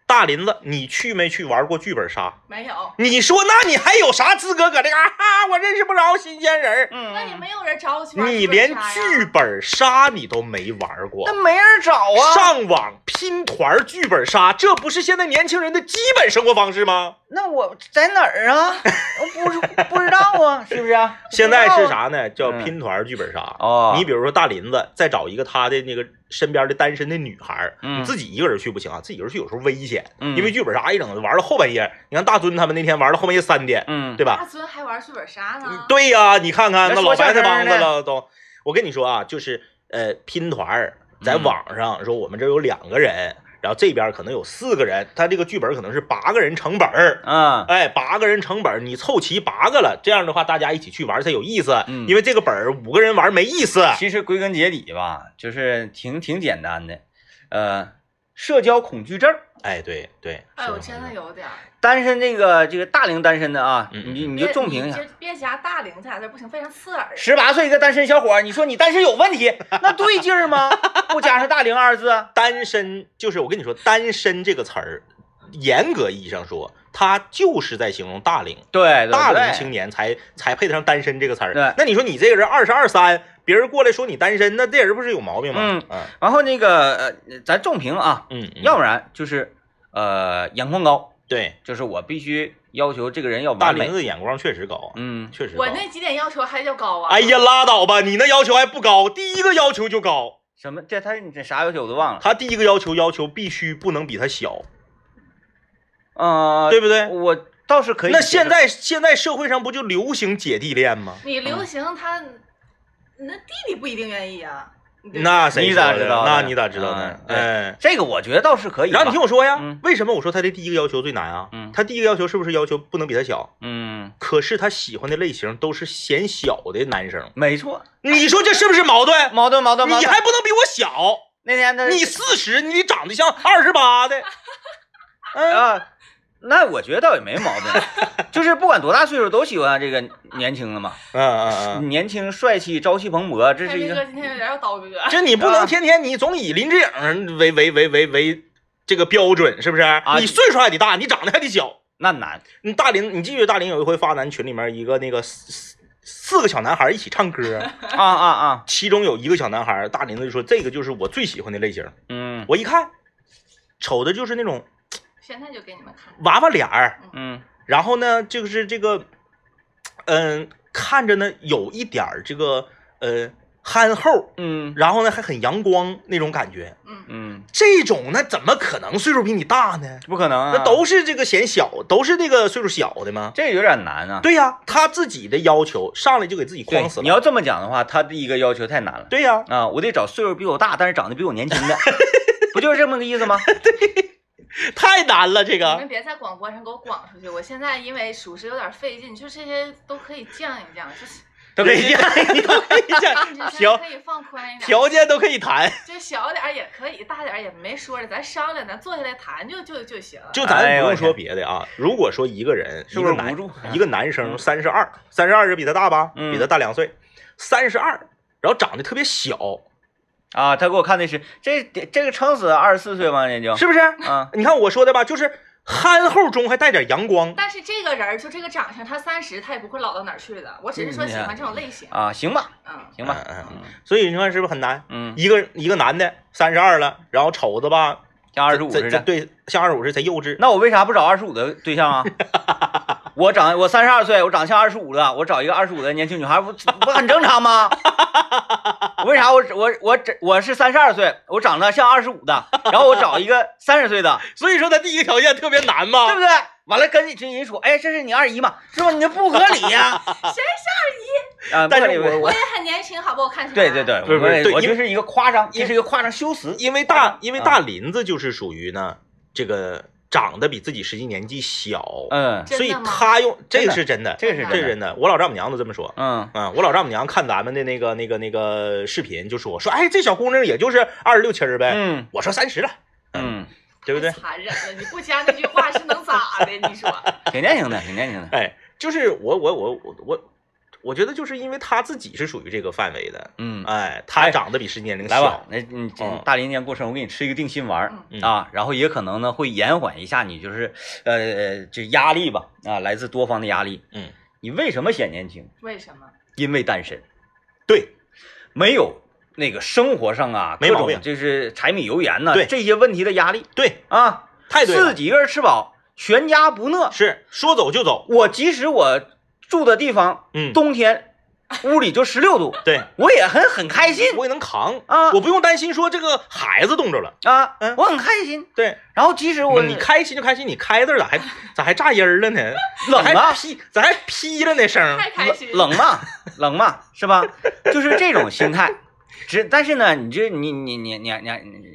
Speaker 2: 大林子，你去没去玩过剧本杀？
Speaker 3: 没
Speaker 1: 嗯
Speaker 3: 有，
Speaker 2: 你说那你还有啥资格搁这嘎、啊？我认识不着新鲜人儿。
Speaker 1: 嗯，
Speaker 3: 那也没有人找我去玩
Speaker 2: 你
Speaker 3: 剧本
Speaker 2: 连
Speaker 3: 杀呀
Speaker 2: 剧本杀你都没玩过
Speaker 1: 那，没人找啊。
Speaker 2: 上网拼团剧本杀，这不是现在年轻人的基本生活方式吗？
Speaker 1: 那我在哪儿啊？我不是不知道啊，是不是啊？
Speaker 2: 现在
Speaker 1: 不知
Speaker 2: 是
Speaker 1: 道啊？
Speaker 2: 啥呢？叫
Speaker 1: 嗯
Speaker 2: 拼团剧本杀。
Speaker 1: 哦
Speaker 2: 你比如说大林子再找一个他的那个身边的单身的女孩儿，
Speaker 1: 嗯
Speaker 2: 你自己一个人去不行啊，自己一个人去有时候危险，
Speaker 1: 嗯
Speaker 2: 因为剧本杀一整玩到后半夜。你看大尊他们那天玩到后半夜三点，
Speaker 1: 嗯，
Speaker 2: 对吧？嗯
Speaker 3: 大尊还玩剧本杀呢。
Speaker 2: 对呀、你看看
Speaker 1: 那
Speaker 2: 那
Speaker 1: 说
Speaker 2: 老白
Speaker 1: 相
Speaker 2: 菜
Speaker 1: 声
Speaker 2: 帮子
Speaker 1: 呢
Speaker 2: 了都。我跟你说啊，就是呃拼团儿，在
Speaker 1: 嗯
Speaker 2: 网上说我们这有两个人，然后这边可能有四个人，他这个剧本可能是八个人成本儿。
Speaker 1: 嗯，
Speaker 2: 哎，八个人成本儿，你凑齐八个了，这样的话大家一起去玩才有意思。
Speaker 1: 嗯
Speaker 2: 因为这个本儿五个人玩没意思。
Speaker 1: 其实归根结底吧，就是挺挺简单的，呃，社交恐惧症儿。
Speaker 2: 哎，对对。
Speaker 3: 哎，
Speaker 2: 是
Speaker 3: 我
Speaker 2: 这
Speaker 3: 真
Speaker 1: 啊
Speaker 2: 么回
Speaker 3: 的
Speaker 2: 事。
Speaker 3: 有点儿，
Speaker 1: 单身这个这个大龄单身的啊，
Speaker 2: 嗯嗯
Speaker 1: 你
Speaker 2: 嗯
Speaker 1: 你就重评一下
Speaker 3: 别。别夹大龄这俩字儿不行，非常刺耳。
Speaker 1: 十八岁一个单身小伙儿，你说你单身有问题，那对劲儿吗？不加上“大龄”二 字，
Speaker 2: 单身就是我跟你说，单身这个词儿，严格意义上说，它就是在形容大龄。
Speaker 1: 对，
Speaker 2: 大龄青年才才配得上单身这个词儿。
Speaker 1: 对
Speaker 2: 那你说你这个人二十二三，别人过来说你单身，那这人不是有毛病吗？嗯
Speaker 1: 嗯然后那个呃，咱重评啊，
Speaker 2: 嗯嗯，
Speaker 1: 要不然就是呃眼光高，
Speaker 2: 对，
Speaker 1: 就是我必须要求这个人要
Speaker 2: 大
Speaker 1: 完
Speaker 2: 林
Speaker 1: 美。
Speaker 2: 子眼光确实高啊，
Speaker 1: 嗯，
Speaker 2: 确实高
Speaker 3: 我。那几点要求还叫高啊？
Speaker 2: 哎呀，拉倒吧，你那要求还不高，第一个要求就高。
Speaker 1: 什么这他这啥要求我都忘了。
Speaker 2: 他第一个要求要求必须不能比他小，
Speaker 1: 呃，
Speaker 2: 对不对？
Speaker 1: 我倒是可以接
Speaker 2: 那
Speaker 1: 受。
Speaker 2: 现在现在社会上不就流行姐弟恋吗？
Speaker 3: 你流行他，那弟弟不一定愿意啊。你对
Speaker 2: 那谁
Speaker 1: 你咋
Speaker 2: 说的
Speaker 1: 知道的
Speaker 2: 那你咋知道呢？
Speaker 1: 嗯对
Speaker 2: 哎，
Speaker 1: 这个我觉得倒是可以吧。
Speaker 2: 然后你听我说呀，
Speaker 1: 嗯
Speaker 2: 为什么我说他的第一个要求最难啊？
Speaker 1: 嗯
Speaker 2: 他第一个要求是不是要求不能比他小？
Speaker 1: 嗯，
Speaker 2: 可是他喜欢的类型都是显小的男生，
Speaker 1: 没错，
Speaker 2: 你说这是不是矛盾？
Speaker 1: 矛盾矛盾矛
Speaker 2: 你
Speaker 1: 盾。
Speaker 2: 还不能比我小，
Speaker 1: 那天他
Speaker 2: 你四十，你长得像二十八的，
Speaker 1: 啊， 那我觉得倒也没毛 病，就是不管多大岁数都喜欢这个年轻的嘛，
Speaker 2: 嗯嗯嗯，
Speaker 1: 年轻帅气、朝气蓬勃，这
Speaker 3: 凯
Speaker 1: 是一
Speaker 3: 明哥
Speaker 1: 个
Speaker 3: 今天有点要刀哥，
Speaker 2: 就你不
Speaker 1: 啊
Speaker 2: 能天天你总以林志颖为为为为为这个标准，是不是？
Speaker 1: 啊
Speaker 2: 你岁数还得大，你长得还得小。
Speaker 1: 那难。
Speaker 2: 你大林，你记不记得大林有一回发咱群里面一个那个四四四个小男孩一起唱歌，
Speaker 1: 啊啊啊，
Speaker 2: 其中有一个小男孩，大林子就说这个就是我最喜欢的类型。
Speaker 1: 嗯
Speaker 2: 我一看，瞅着就是那种
Speaker 3: 现在就给你们看。
Speaker 2: 娃娃脸儿，
Speaker 1: 嗯
Speaker 2: 然后呢，就是这个，嗯、看着呢有一点儿这个呃憨厚，
Speaker 1: 嗯
Speaker 2: 然后呢还很阳光那种感觉。
Speaker 3: 嗯，
Speaker 1: 嗯，
Speaker 2: 这种呢怎么可能岁数比你大呢？
Speaker 1: 不可能啊，
Speaker 2: 那都是这个显小，都是这个岁数小的吗？
Speaker 1: 这有点难啊。
Speaker 2: 对呀、他自己的要求上来就给自己
Speaker 1: 对
Speaker 2: 框死
Speaker 1: 你
Speaker 2: 了。
Speaker 1: 要这么讲的话，他第一个要求太难了
Speaker 2: 对呀、
Speaker 1: 啊，我得找岁数比我大，但是长得比我年轻的，不就是这么个意 思吗？
Speaker 2: 太难了这
Speaker 3: 你
Speaker 2: 个。
Speaker 3: 们别在广播上给我广出去，我现在因为属实有点费劲，就这些都可以降一降，就是
Speaker 2: 等 一下，
Speaker 3: 你
Speaker 2: 等 一下，
Speaker 3: 现在
Speaker 2: 条
Speaker 3: 可以放 宽一点，
Speaker 2: 条件都可以谈，
Speaker 3: 就小点儿也可以，大点儿也没说着，咱商量，咱坐下来谈就就就行。
Speaker 2: 就咱
Speaker 1: 哎
Speaker 2: 不
Speaker 1: 呦
Speaker 2: 用
Speaker 1: 我
Speaker 2: 说
Speaker 1: 天
Speaker 2: 别的啊。如果说一个人，
Speaker 1: 是不是
Speaker 2: 一个男
Speaker 1: 无助
Speaker 2: 一个男生
Speaker 1: 嗯
Speaker 2: 三十二，三十二是比他大吧？
Speaker 1: 嗯
Speaker 2: 比他大两岁，三十二，然后长得特别小，
Speaker 1: 啊，他给我看的是这这个撑死二十四岁吗？人就是
Speaker 2: 不是？
Speaker 1: 啊，
Speaker 2: 你看我说的吧，就是憨厚中还带点阳光。
Speaker 3: 但是这个人儿就这个长相，他三十他也不会老到哪儿去的。我只是说喜欢这种类型。
Speaker 1: 啊，行吧，
Speaker 3: 嗯，
Speaker 1: 行吧，
Speaker 2: 嗯
Speaker 1: 嗯
Speaker 2: 所以你看是不是很难？
Speaker 1: 嗯，
Speaker 2: 一个一个男的三十二了，然后瞅着吧，
Speaker 1: 像二十五
Speaker 2: 这
Speaker 1: 似
Speaker 2: 这
Speaker 1: 的。
Speaker 2: 对，像二十五似的才幼稚。
Speaker 1: 那我为啥不找二十五的对象啊？ 我长我三十二岁，我长相二十五了，我找一个二十五的年轻女孩，不不很正常吗？ 为啥我我我这我是三十二岁，我长得像二十五的，然后我找一个三十岁的，
Speaker 2: 所以说他第一个条件特别难
Speaker 1: 对不
Speaker 2: 嘛。
Speaker 1: 对？完了跟你这人说，哎，这是你二姨嘛，是吧？你这不合理呀、啊！
Speaker 3: 谁是
Speaker 1: 啊，不
Speaker 2: 但
Speaker 1: 合
Speaker 2: 是
Speaker 1: 理
Speaker 2: 我我
Speaker 3: 我也很年轻，好不好看？
Speaker 1: 对对，对，
Speaker 2: 不是不是
Speaker 1: 我
Speaker 2: 对
Speaker 1: 我
Speaker 2: 因为
Speaker 1: 就是一个夸张，这是一个夸张修辞。
Speaker 2: 因为
Speaker 1: 嗯
Speaker 2: 大因为大林子就是属于呢这个长得比自己实际年纪小，
Speaker 1: 嗯，
Speaker 2: 所以
Speaker 3: 真的吗
Speaker 2: 他用这
Speaker 1: 真的
Speaker 2: 个是真的，
Speaker 1: 这个是
Speaker 3: 这
Speaker 2: 这是
Speaker 1: 人，
Speaker 2: 真的。我老丈母娘都这么说。
Speaker 1: 嗯
Speaker 2: 啊、我老丈母娘看咱们的那个、那个、那个视频，就说说，哎，这小姑娘也就是二十六七儿呗。
Speaker 1: 嗯
Speaker 2: 我说三十了，
Speaker 1: 嗯，
Speaker 2: 对不对
Speaker 3: 太？残忍了，你不加那句话是能咋的？你说，
Speaker 1: 挺年轻的，挺年轻的。
Speaker 2: 哎，就是我我我我我，我觉得就是因为她自己是属于这个范围的，
Speaker 1: 嗯，
Speaker 2: 哎，她长得比实际年龄
Speaker 1: 来吧
Speaker 2: 小，，
Speaker 1: 那你
Speaker 2: 嗯
Speaker 1: 大林今年过生日，我给你吃一个定心丸儿
Speaker 3: 嗯
Speaker 2: 嗯
Speaker 1: 啊，然后也可能呢会延缓一下你就是呃呃就压力吧啊，来自多方的压力。
Speaker 2: 嗯，
Speaker 1: 你为什么显年轻？
Speaker 3: 为什么？
Speaker 1: 因为单身，
Speaker 2: 对，
Speaker 1: 没有那个生活上啊
Speaker 2: 没
Speaker 1: 各
Speaker 2: 毛
Speaker 1: 种
Speaker 2: 病
Speaker 1: 就是柴米油盐呐、
Speaker 2: 对
Speaker 1: 这些问题的压力
Speaker 2: 对，
Speaker 1: 啊，
Speaker 2: 太对了
Speaker 1: 自己一个人吃饱，全家不饿。
Speaker 2: 是说走就走，
Speaker 1: 我即使我住的地方
Speaker 2: 嗯，
Speaker 1: 冬天屋里就十六度，
Speaker 2: 对，
Speaker 1: 我也很很开心
Speaker 2: 我也能扛
Speaker 1: 啊
Speaker 2: 我不用担心说这个孩子冻着了，
Speaker 1: 啊
Speaker 2: 嗯，
Speaker 1: 我很开心。
Speaker 2: 对，
Speaker 1: 然后即使我
Speaker 2: 嗯你开心就开心，你开字儿咋还咋还炸音儿了呢？
Speaker 1: 冷
Speaker 2: 咋
Speaker 1: 啊
Speaker 2: 还劈咋还劈了那声儿？
Speaker 3: 太开心
Speaker 1: 嗯
Speaker 3: 了。
Speaker 1: 冷嘛，冷嘛，是吧？就是这种心态。只但是呢，你这你你你你你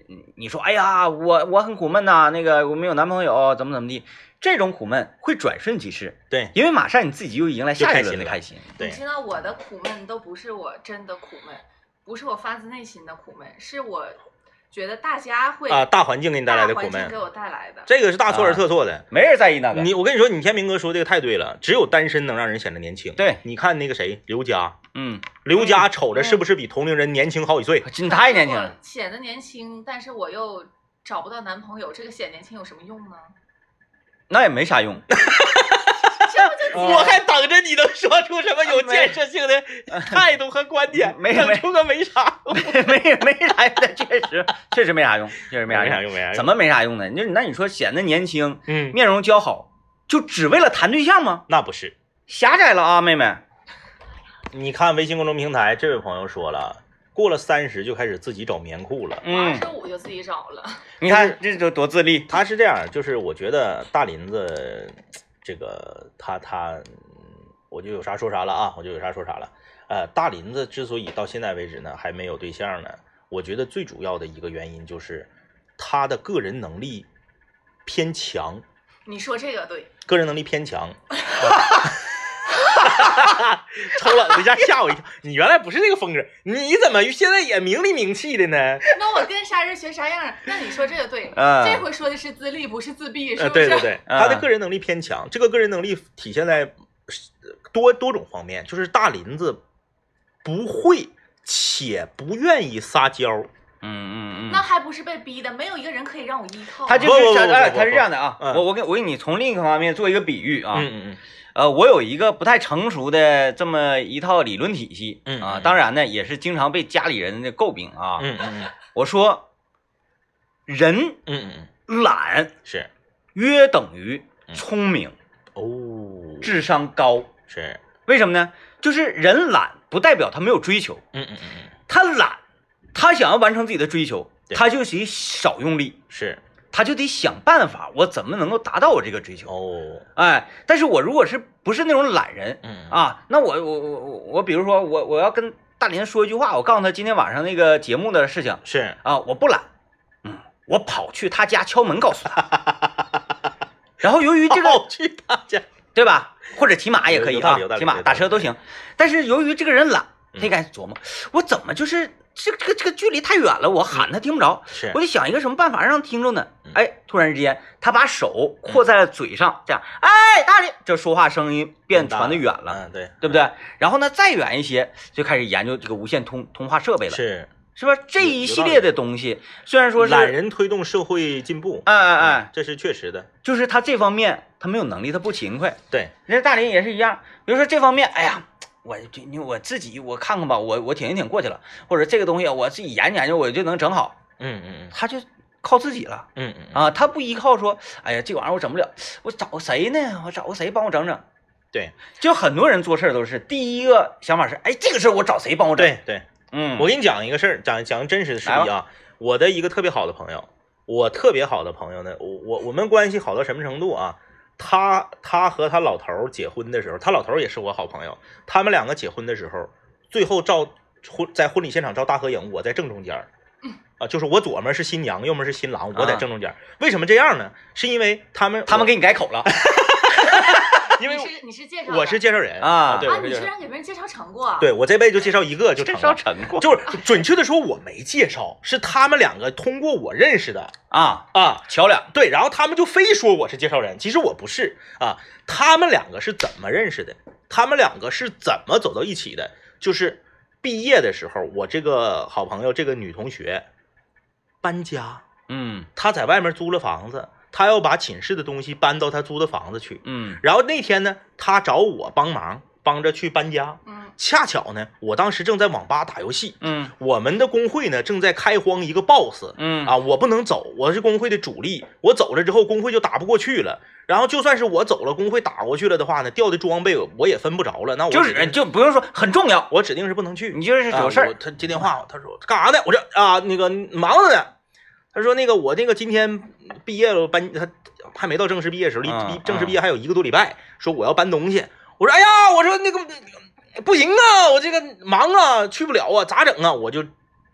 Speaker 1: 你你说，哎呀，我我很苦闷呐、那个我没有男朋友，怎么怎么地，这种苦闷会转瞬即逝，
Speaker 2: 对
Speaker 1: 因为马上你自己又迎来
Speaker 2: 就
Speaker 1: 下
Speaker 2: 开
Speaker 1: 一轮
Speaker 2: 心
Speaker 1: 的
Speaker 2: 了
Speaker 1: 开心。
Speaker 2: 对
Speaker 3: 你，知道我的苦闷都不是我真的苦闷，不是我发自内心的苦闷，是我觉得大家会
Speaker 2: 啊，大环境给你带来的
Speaker 3: 大
Speaker 2: 苦
Speaker 3: 环境
Speaker 2: 闷
Speaker 3: 给，我带来的。
Speaker 2: 这个是大错而特错的。
Speaker 1: 没人在意那个，
Speaker 2: 你我跟你说，你天明哥说这个太对了，只有单身能让人显得年轻。
Speaker 1: 对
Speaker 2: 你看那个谁，刘佳，
Speaker 1: 嗯，
Speaker 2: 刘佳瞅着是不是比同龄人年轻好几
Speaker 3: 嗯
Speaker 2: 岁？
Speaker 1: 你太年轻
Speaker 3: 我
Speaker 1: 了，
Speaker 3: 显得年轻，但是我又找不到男朋友，这个显年轻有什么用呢？
Speaker 1: 那也没啥用。
Speaker 3: 这这不就
Speaker 2: 我还等着你能说出什么有建设性的态度和观点，
Speaker 1: 没
Speaker 2: 整
Speaker 1: 没
Speaker 2: 出个啊嗯没啥用，
Speaker 1: 没没啥用，确实确实没啥用，确实没啥
Speaker 2: 啥
Speaker 1: 用。
Speaker 2: 用，没啥用。
Speaker 1: 怎？么没啥用呢？你就那你说显得年轻，
Speaker 2: 嗯，
Speaker 1: 面容姣好，就只为了谈对象吗？
Speaker 2: 那不是。
Speaker 1: 狭窄了啊，妹妹。
Speaker 2: 你看微信公众平台，这位朋友说了，过了三十就开始自己找棉裤了。
Speaker 3: 我二
Speaker 1: 嗯
Speaker 3: 十，五就自己找了，
Speaker 1: 你看这就多自立。
Speaker 2: 他是这样，就是我觉得大林子这个他他，嗯我就有啥说啥了啊，我就有啥说啥了。呃，大林子之所以到现在为止呢还没有对象呢，我觉得最主要的一个原因就是他的个人能力偏强，
Speaker 3: 你说这个对，
Speaker 2: 个人能力偏强。 抽冷一下吓我一跳，你原来不是这个风格，你怎么现在也名里名气的呢？
Speaker 3: 那我跟啥人学啥样儿？那你说这个对，
Speaker 1: 嗯
Speaker 3: 这回说的是自立，不是自闭，是
Speaker 2: 呃，
Speaker 3: 不
Speaker 2: 啊对
Speaker 3: 是？
Speaker 2: 对对，他的
Speaker 1: 嗯
Speaker 2: 个人能力偏强，这个个人能力体现在呃多多种方面，就是大林子不会且不愿意撒娇，
Speaker 1: 嗯嗯
Speaker 3: 那
Speaker 1: 嗯。
Speaker 3: 还不是被逼的？没有一个人可以让我依靠。啊
Speaker 1: 他
Speaker 2: 不
Speaker 1: 就是
Speaker 2: 不不
Speaker 1: 想
Speaker 2: 不
Speaker 1: 哎，
Speaker 2: 不
Speaker 1: 他是
Speaker 2: 不
Speaker 1: 这样的啊。
Speaker 2: 嗯
Speaker 1: 我我给我给你从另一个方面做一个比喻啊。
Speaker 2: 嗯嗯
Speaker 1: 呃，我有一个不太成熟的这么一套理论体系，
Speaker 2: 嗯
Speaker 1: 啊，
Speaker 2: 嗯
Speaker 1: 当然呢，也是经常被家里人的诟病啊。
Speaker 2: 嗯嗯嗯
Speaker 1: 我说，人
Speaker 2: 嗯嗯嗯，
Speaker 1: 懒
Speaker 2: 是
Speaker 1: 约等于
Speaker 2: 嗯
Speaker 1: 聪明，
Speaker 2: 哦，
Speaker 1: 智商高。
Speaker 2: 是，
Speaker 1: 为什么呢？就是人懒不代表他没有追求，
Speaker 2: 嗯嗯嗯嗯
Speaker 1: 他懒，他想要完成自己的追求，
Speaker 2: 对
Speaker 1: 他就得少用力，
Speaker 2: 是
Speaker 1: 他就得想办法，我怎么能够达到我这个追求？
Speaker 2: 哦，
Speaker 1: 哎，但是我如果是不是那种懒人，
Speaker 2: 嗯啊
Speaker 1: 啊，那我我我我我，比如说我我要跟大林说一句话，我告诉他今天晚上那个节目的事情
Speaker 2: 是
Speaker 1: 啊，我不懒，嗯，我跑去他家敲门告诉他，然后由于这个、
Speaker 2: 哦去他家，
Speaker 1: 对吧，或者骑马也可以
Speaker 2: 有道
Speaker 1: 啊
Speaker 2: 理有道，理
Speaker 1: 骑
Speaker 2: 有道
Speaker 1: 马
Speaker 2: 理
Speaker 1: 打车都行，但是由于这个人懒，
Speaker 2: 嗯
Speaker 1: 他该琢磨我怎么就是这这个这个距离太远了，我喊他听不着，
Speaker 2: 是
Speaker 1: 我得想一个什么办法让听着呢
Speaker 2: 嗯。
Speaker 1: 哎，突然之间，他把手扩在了嘴上，这样，哎，大林，这说话声音变传得远了。
Speaker 2: 嗯对
Speaker 1: 对不对？然后呢，再远一些就开始研究这个无线通通话设备了，
Speaker 2: 是
Speaker 1: 是吧？这一系列的东西，虽然说是，
Speaker 2: 懒
Speaker 1: 哎
Speaker 2: 人推动社会进步，
Speaker 1: 哎
Speaker 2: 嗯
Speaker 1: 哎，
Speaker 2: 这是确实的，
Speaker 1: 就是他这方面他没有能力，他不勤快。
Speaker 2: 对
Speaker 1: 人家大林也是一样，比如说这方面，哎呀，我这你我自己我看看吧，我我挺一挺过去了，或者这个东西我自己研究研究，我就能整好，
Speaker 2: 嗯嗯
Speaker 1: 他就靠自己了。
Speaker 2: 嗯嗯嗯
Speaker 1: 啊，他不依靠说，哎呀，这玩意儿我整不了，我找谁呢？我找个谁帮我整整？
Speaker 2: 对
Speaker 1: 就很多人做事儿都是第一个想法是，哎，这个事儿我找谁帮我整？，
Speaker 2: 对对。
Speaker 1: 嗯，
Speaker 2: 我给你讲一个事儿，讲讲个真实的事
Speaker 1: 来
Speaker 2: 例啊。我的一个特别好的朋友，我特别好的朋友呢，我我我们关系好到什么程度啊？他他和他老头儿结婚的时候，他老头儿也是我好朋友，他们两个结婚的时候，最后照婚在婚礼现场照大合影，我在正中间儿啊，就是我左面是新娘，右面是新郎，我在
Speaker 1: 啊
Speaker 2: 正中间儿。为什么这样呢？是因为他们
Speaker 1: 他们给你改口
Speaker 2: 哎
Speaker 1: 了，
Speaker 2: 因为
Speaker 3: 你是你是介绍的，
Speaker 2: 我是介绍人
Speaker 1: 啊
Speaker 2: 对，
Speaker 3: 啊，
Speaker 2: 我是
Speaker 3: 你
Speaker 2: 介
Speaker 3: 居
Speaker 2: 绍人，
Speaker 3: 然给别人介绍成过，
Speaker 2: 对我这辈子就介绍一个就成了。
Speaker 1: 成过
Speaker 2: 就是准确的说，我没介绍，是他们两个通过我认识的
Speaker 1: 啊，
Speaker 2: 啊。
Speaker 1: 桥梁
Speaker 2: 对，然后他们就非说我是介绍人，其实我不是啊。他们两个是怎么认识的？他们两个是怎么走到一起的？就是毕业的时候，我这个好朋友这个女同学搬家，
Speaker 1: 嗯
Speaker 2: 她在外面租了房子，她要把寝室的东西搬到她租的房子去。
Speaker 1: 嗯
Speaker 2: 然后那天呢，她找我帮忙，帮着去搬家。
Speaker 3: 嗯，
Speaker 2: 恰巧呢，我当时正在网吧打游戏，
Speaker 1: 嗯
Speaker 2: 我们的工会呢正在开荒一个 BOSS
Speaker 1: 嗯
Speaker 2: 啊，我不能走，我是工会的主力，我走了之后工会就打不过去了。然后就算是我走了，工会打过去了的话呢，掉的装备我也分不着了。那我
Speaker 1: 就是
Speaker 2: 指定
Speaker 1: 就不用说很重要，
Speaker 2: 我指定是不能去，
Speaker 1: 你就是有事
Speaker 2: 啊我
Speaker 1: 儿，
Speaker 2: 他接电话，他说干啥呢？我这啊那个忙着呢。他说那个我那个今天毕业了搬，他还没到正式毕业的时候，离
Speaker 1: 嗯
Speaker 2: 离正式毕业还有一个多礼拜。说我要搬东西，我说哎呀，我说那个不行啊，我这个忙啊，去不了啊，咋整啊？我就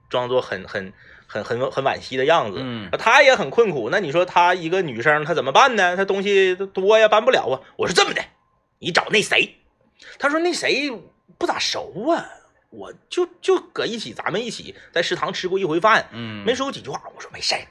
Speaker 2: 装作很很很很很惋惜的样子。
Speaker 1: 嗯
Speaker 2: 她也很困苦。那你说她一个女生，她怎么办呢？她东西多呀，搬不了啊。我说这么的，你找那谁？她说那谁不咋熟啊，我就就搁一起，咱们一起在食堂吃过一回饭，
Speaker 1: 嗯
Speaker 2: 没说过几句话。我说没事儿。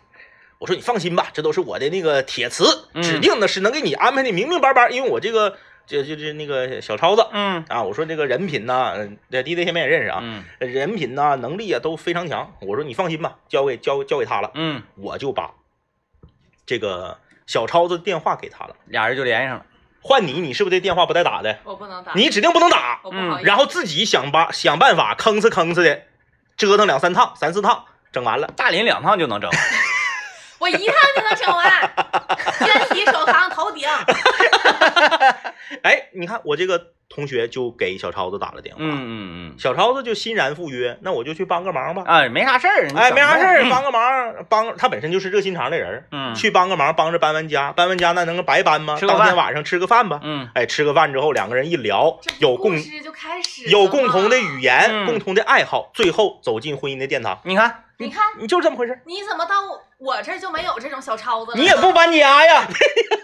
Speaker 2: 我说你放心吧，这都是我的那个铁词，
Speaker 1: 嗯
Speaker 2: 指定的是能给你安排的明明白白。因为我这个就就是那个小超子
Speaker 1: 嗯
Speaker 2: 啊，我说这个人品呐、嗯这 DJ 前面也认识啊，
Speaker 1: 嗯
Speaker 2: 人品呐、能力啊都非常强。我说你放心吧，交给交交给他了。
Speaker 1: 嗯，
Speaker 2: 我就把这个小超子电话给他了。
Speaker 1: 俩人就联系上了，
Speaker 2: 换你，你是不是这电话不带打的？
Speaker 3: 我不能打，
Speaker 2: 你指定不能打，
Speaker 3: 我不好意思。
Speaker 2: 然后自己想吧想办法吭哧吭哧的折腾两三趟、三四趟，整完了。
Speaker 1: 大连两趟就能 整，
Speaker 3: 我一趟就能整完，肩提手扛头顶，
Speaker 2: 哎，你看我这个同学就给小超子打了电话，
Speaker 1: 嗯嗯嗯，
Speaker 2: 小超子就欣然赴约，那我就去帮个忙吧。
Speaker 1: 哎，没啥事儿，你
Speaker 2: 哎，没啥事儿，
Speaker 1: 整吧
Speaker 2: 帮个忙，帮他本身就是热心肠的人儿，
Speaker 1: 嗯
Speaker 2: 去帮个忙，帮着搬完家，搬完家那能白搬吗？
Speaker 1: 吃个
Speaker 2: 当
Speaker 1: 饭
Speaker 2: 天晚上吃个饭吧。
Speaker 1: 嗯
Speaker 2: 哎，吃个饭之后，两个人一聊
Speaker 3: 这，
Speaker 2: 有
Speaker 3: 故
Speaker 2: 共
Speaker 3: 事就开始了
Speaker 2: 有共同的语言，
Speaker 1: 嗯
Speaker 2: 共同的爱好，最后走进婚姻的殿堂。
Speaker 1: 你看
Speaker 3: 你看，
Speaker 2: 你就是这么回事儿，
Speaker 3: 你怎么到我这儿就没有这种小超子了？
Speaker 1: 你也不搬家呀，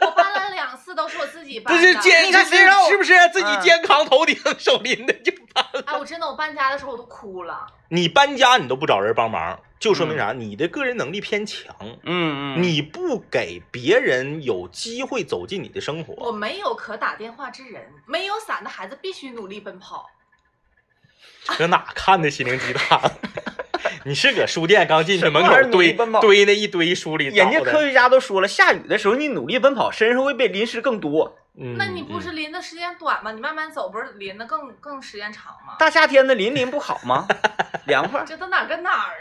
Speaker 3: 我搬了两次都是我自己搬的。
Speaker 1: 你看谁让我
Speaker 2: 是不是自己
Speaker 1: 嗯
Speaker 2: 肩扛头顶 手拎的就搬？
Speaker 3: 哎，我真的我搬家的时候我都哭了。
Speaker 2: 你搬家你都不找人帮忙，就说明啥？你的个人能力偏强，
Speaker 1: 嗯嗯，
Speaker 2: 你不给别人有机会走进你的生
Speaker 3: 我
Speaker 2: 活。
Speaker 3: 没有可打电话之人，没有伞的孩子必须努力奔跑。
Speaker 2: 搁哪看的心灵鸡汤？ 你是搁书店刚进去门
Speaker 1: 什
Speaker 2: 口
Speaker 1: 么玩意儿努力
Speaker 2: 堆
Speaker 1: 奔跑
Speaker 2: 堆那一堆书里
Speaker 1: 人家
Speaker 2: 找的
Speaker 1: 科学家都说了，下雨的时候你努力奔跑，身上会被淋湿更多。
Speaker 2: 嗯
Speaker 3: 那你不
Speaker 2: 嗯
Speaker 3: 是淋的时间短吗？你慢慢走，不是淋的更更时间长吗？
Speaker 1: 大夏天的淋淋不好 吗？凉快。
Speaker 3: 这都哪儿跟哪儿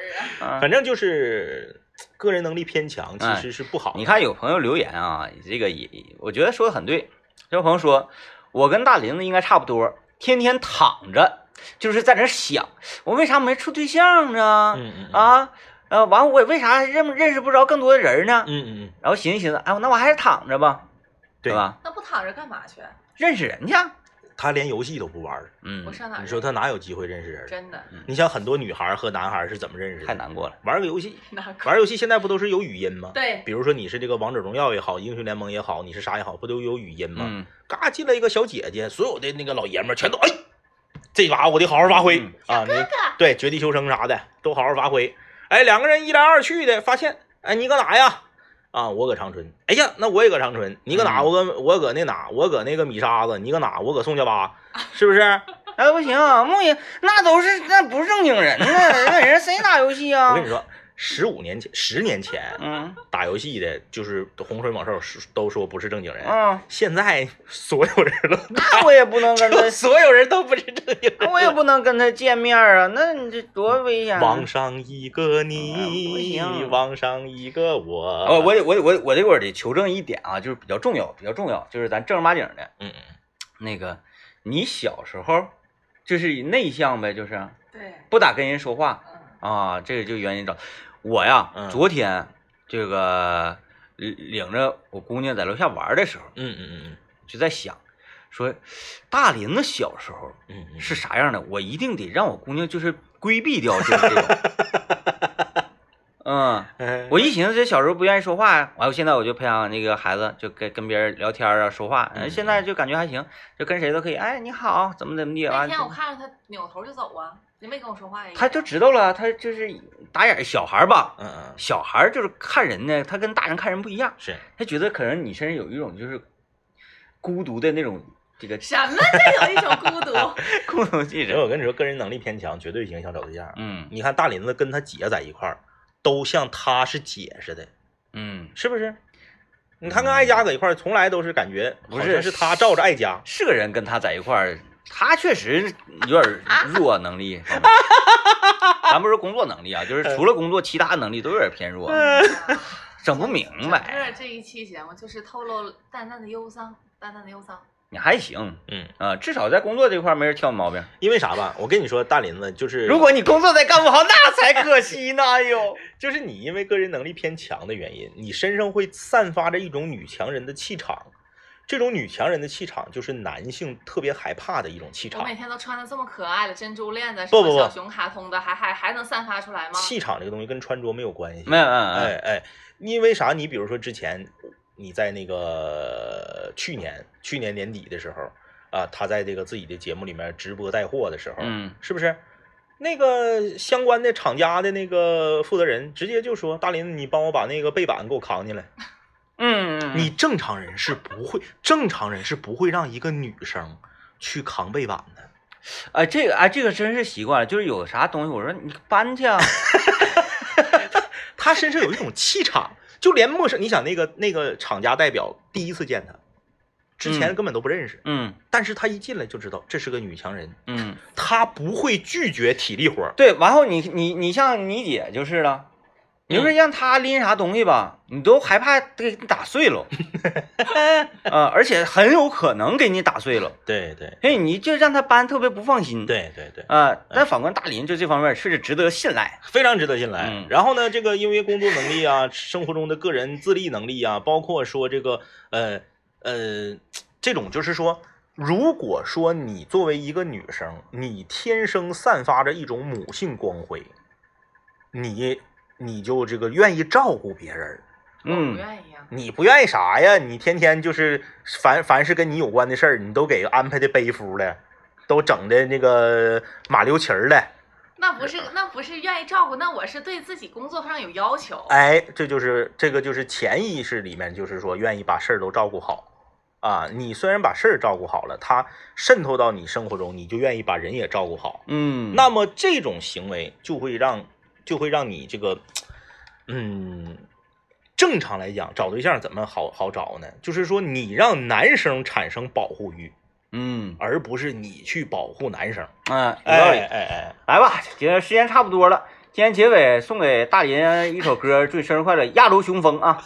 Speaker 3: 啊？
Speaker 1: 嗯
Speaker 2: 反正就是个人能力偏强，其
Speaker 1: 哎
Speaker 2: 实是不好的。
Speaker 1: 你看有朋友留言啊，这个也我觉得说的很对。这位朋友说，我跟大林子应该差不多，天天躺着，就是在那想，我为啥没处对象呢？
Speaker 2: 嗯嗯嗯
Speaker 1: 啊，呃，完我也为啥认认识不着更多的人呢？
Speaker 2: 嗯嗯嗯，
Speaker 1: 然后寻思寻思，哎，那我还是躺着吧，
Speaker 2: 对
Speaker 1: 吧？
Speaker 3: 那不躺着干嘛去？
Speaker 1: 认识人去啊，
Speaker 2: 他连游戏都不玩儿，
Speaker 1: 嗯
Speaker 3: 我，上哪儿？
Speaker 2: 你说他哪有机会认识人？
Speaker 3: 啊真的
Speaker 2: 你想很多女孩儿和男孩儿是怎么认识的？
Speaker 1: 太难过了。
Speaker 2: 玩个游戏，
Speaker 3: 哪个？
Speaker 2: 玩游戏现在不都是有语音吗？
Speaker 3: 对，
Speaker 2: 比如说你是这个王者荣耀也好，英雄联盟也好，你是啥也好，不都有语音吗？
Speaker 1: 嗯，
Speaker 2: 嘎进来一个小姐姐，所有的那个老爷们儿全都哎，这把我得好好发挥、
Speaker 1: 嗯
Speaker 2: 啊！你对绝地求生啥的都好好发挥。哎，两个人一来二去的，发现哎你搁哪呀？啊，我搁长春。哎呀，那我也搁长春。你搁哪？
Speaker 1: 嗯
Speaker 2: 我搁我搁那哪？我搁那个米沙子。你搁哪？我搁宋家坝，是不是？
Speaker 1: 哎，不行啊，木爷那都是那不是正经人呢，那人谁打游戏啊
Speaker 2: 我跟？你说，十五年前、十年前
Speaker 1: 嗯
Speaker 2: 打游戏的，就是洪水猛兽，是都说不是正经人。
Speaker 1: 嗯，
Speaker 2: 现在所有人都
Speaker 1: 那我也不能跟他
Speaker 2: 就所有人都不是正经
Speaker 1: 那我也不能跟他见面啊，那你这多危险、啊！
Speaker 2: 网上一
Speaker 1: 嗯不
Speaker 2: 个你，
Speaker 1: 行
Speaker 2: 网上一个我。
Speaker 1: 哦，我得我得我得我这会儿得求正一点啊，就是比较重要，比较重要，就是咱正儿八经的
Speaker 2: 嗯
Speaker 1: 那个，你小时候就是内向呗，就是
Speaker 3: 对，
Speaker 1: 不咋跟人说话
Speaker 3: 嗯，
Speaker 1: 啊，这个就原因找我呀。
Speaker 2: 嗯
Speaker 1: 昨天这个领领着我姑娘在楼下玩的时候，
Speaker 2: 嗯嗯
Speaker 1: 就在想，说大林子小时候
Speaker 2: 嗯嗯嗯，
Speaker 1: 是啥样的，我一定得让我姑娘就是规避掉就是这种。 嗯，
Speaker 2: 嗯
Speaker 1: 我一寻思，这小时候不愿意说话呀，完了现在我就培养那个孩子，就跟跟别人聊天啊，说话，
Speaker 2: 嗯
Speaker 1: 嗯，现在就感觉还行，就跟谁都可以，哎，你好，怎么怎么地，
Speaker 2: 啊
Speaker 3: 那
Speaker 1: 完了
Speaker 3: 天我
Speaker 1: 就
Speaker 3: 看着他扭头就走啊，也没跟我说话呀。
Speaker 1: 他就知道了，他就是打眼儿小孩儿吧，
Speaker 2: 嗯嗯
Speaker 1: 小孩儿就是看人呢，他跟大人看人不一样，
Speaker 2: 是
Speaker 1: 他觉得可能你身上有一种就是孤独的那种这个
Speaker 3: 什么叫有一种 孤独？
Speaker 1: 孤独气
Speaker 2: 因为
Speaker 1: 质，
Speaker 2: 我跟你说，个人能力偏强绝对影响找对象。
Speaker 1: 嗯
Speaker 2: 你看大林子跟他姐在一块儿，都像他是姐似的，
Speaker 1: 嗯，
Speaker 2: 是不是？你看跟艾佳搁一块儿，从来都是感觉好像是他罩着艾佳。
Speaker 1: 是个人跟他在一块儿，他确实有点儿弱能力方 面，咱不是工作能力啊，
Speaker 2: 嗯
Speaker 1: 就是除了工作，其他能力都有点偏弱。整不明
Speaker 3: 整哎个
Speaker 1: 白，
Speaker 3: 这一期节目就是透露淡淡的忧伤，淡淡的忧伤。
Speaker 1: 你还行
Speaker 2: 嗯，
Speaker 1: 啊、至少在工作这块儿没人挑你毛病。
Speaker 2: 因为啥吧？我跟你说，大林子就是，
Speaker 1: 如果你工作再干不好，那才可惜呢！ 哎呦，
Speaker 2: 就是你因为个人能力偏强的原因，你身上会散发着一种女强人的气场。这种女强人的气场，就是男性特别害怕的一种气
Speaker 3: 我
Speaker 2: 场
Speaker 3: 每。天都穿的这么可爱的珍珠链子，什
Speaker 2: 不不
Speaker 3: 么
Speaker 2: 不
Speaker 3: 小熊卡通的，还还还能散发出来吗？
Speaker 2: 气场这个东西跟穿着没有关系。
Speaker 1: 没有，嗯
Speaker 2: 哎哎，因为啥？你比如说之前你在那个去年去年年底的时候啊，他在这个自己的节目里面直播带货的时候，
Speaker 1: 嗯
Speaker 2: 是不是？那个相关的厂家的那个负责人直接就说：“大林，你帮我把那个背板给我扛进来。”
Speaker 1: 嗯嗯，
Speaker 2: 你正常人是不会，正常人是不会让一个女生去扛背板的。
Speaker 1: 哎、这个哎、这个真是习惯了，就是有啥东西，我说你搬 去啊，
Speaker 2: 她身上有一种气场，就连陌生，你想那个那个厂家代表第一次见她，之前根本都不认识，
Speaker 1: 嗯
Speaker 2: 但是他一进来就知道这是个女强人，
Speaker 1: 嗯，
Speaker 2: 她不会拒绝体力活儿。
Speaker 1: 对。完后你你你像你姐就是了，你说
Speaker 2: 嗯
Speaker 1: 让她拎啥东西吧，你都害怕给你打碎 了，啊，而且很有可能给你打碎了，
Speaker 2: 对对
Speaker 1: 所以你就让她搬特别不放心。，
Speaker 2: 对嗯对对，
Speaker 1: 啊，但反观大林就这方面确实值得信赖。
Speaker 2: 非常值得信赖。
Speaker 1: 嗯
Speaker 2: 然后呢，这个因为工作能力啊， 生活中的个人自立能力啊，包括说这个呃呃，这种就是说，如果说你作为一个女生，你天生散发着一种母性光辉，你你就这个愿意照顾别人儿。
Speaker 3: 我不
Speaker 1: 嗯
Speaker 3: 愿意啊。
Speaker 2: 你不愿意啥呀？你天天就是凡凡是跟你有关的事儿，你都给安排的背夫了，都整的那个马溜蹄儿了。
Speaker 3: 那不是那不是愿意照顾，那我是对自己工作上有要求。
Speaker 2: 哎，这就是这个就是潜意识里面就是说愿意把事儿都照顾好啊。你虽然把事儿照顾好了，它渗透到你生活中，你就愿意把人也照顾好。
Speaker 1: 嗯，
Speaker 2: 那么这种行为就会让就会让你这个，嗯，正常来讲找对象怎么好好找呢？就是说你让男生产生保护欲，
Speaker 1: 嗯
Speaker 2: 而不是你去保护男生。
Speaker 1: 啊，有
Speaker 2: 哎
Speaker 1: 道理。
Speaker 2: 哎哎，
Speaker 1: 来吧，今天时间差不多了，今天结尾送给大林一首歌，祝你生日快乐，《亚洲雄风》啊。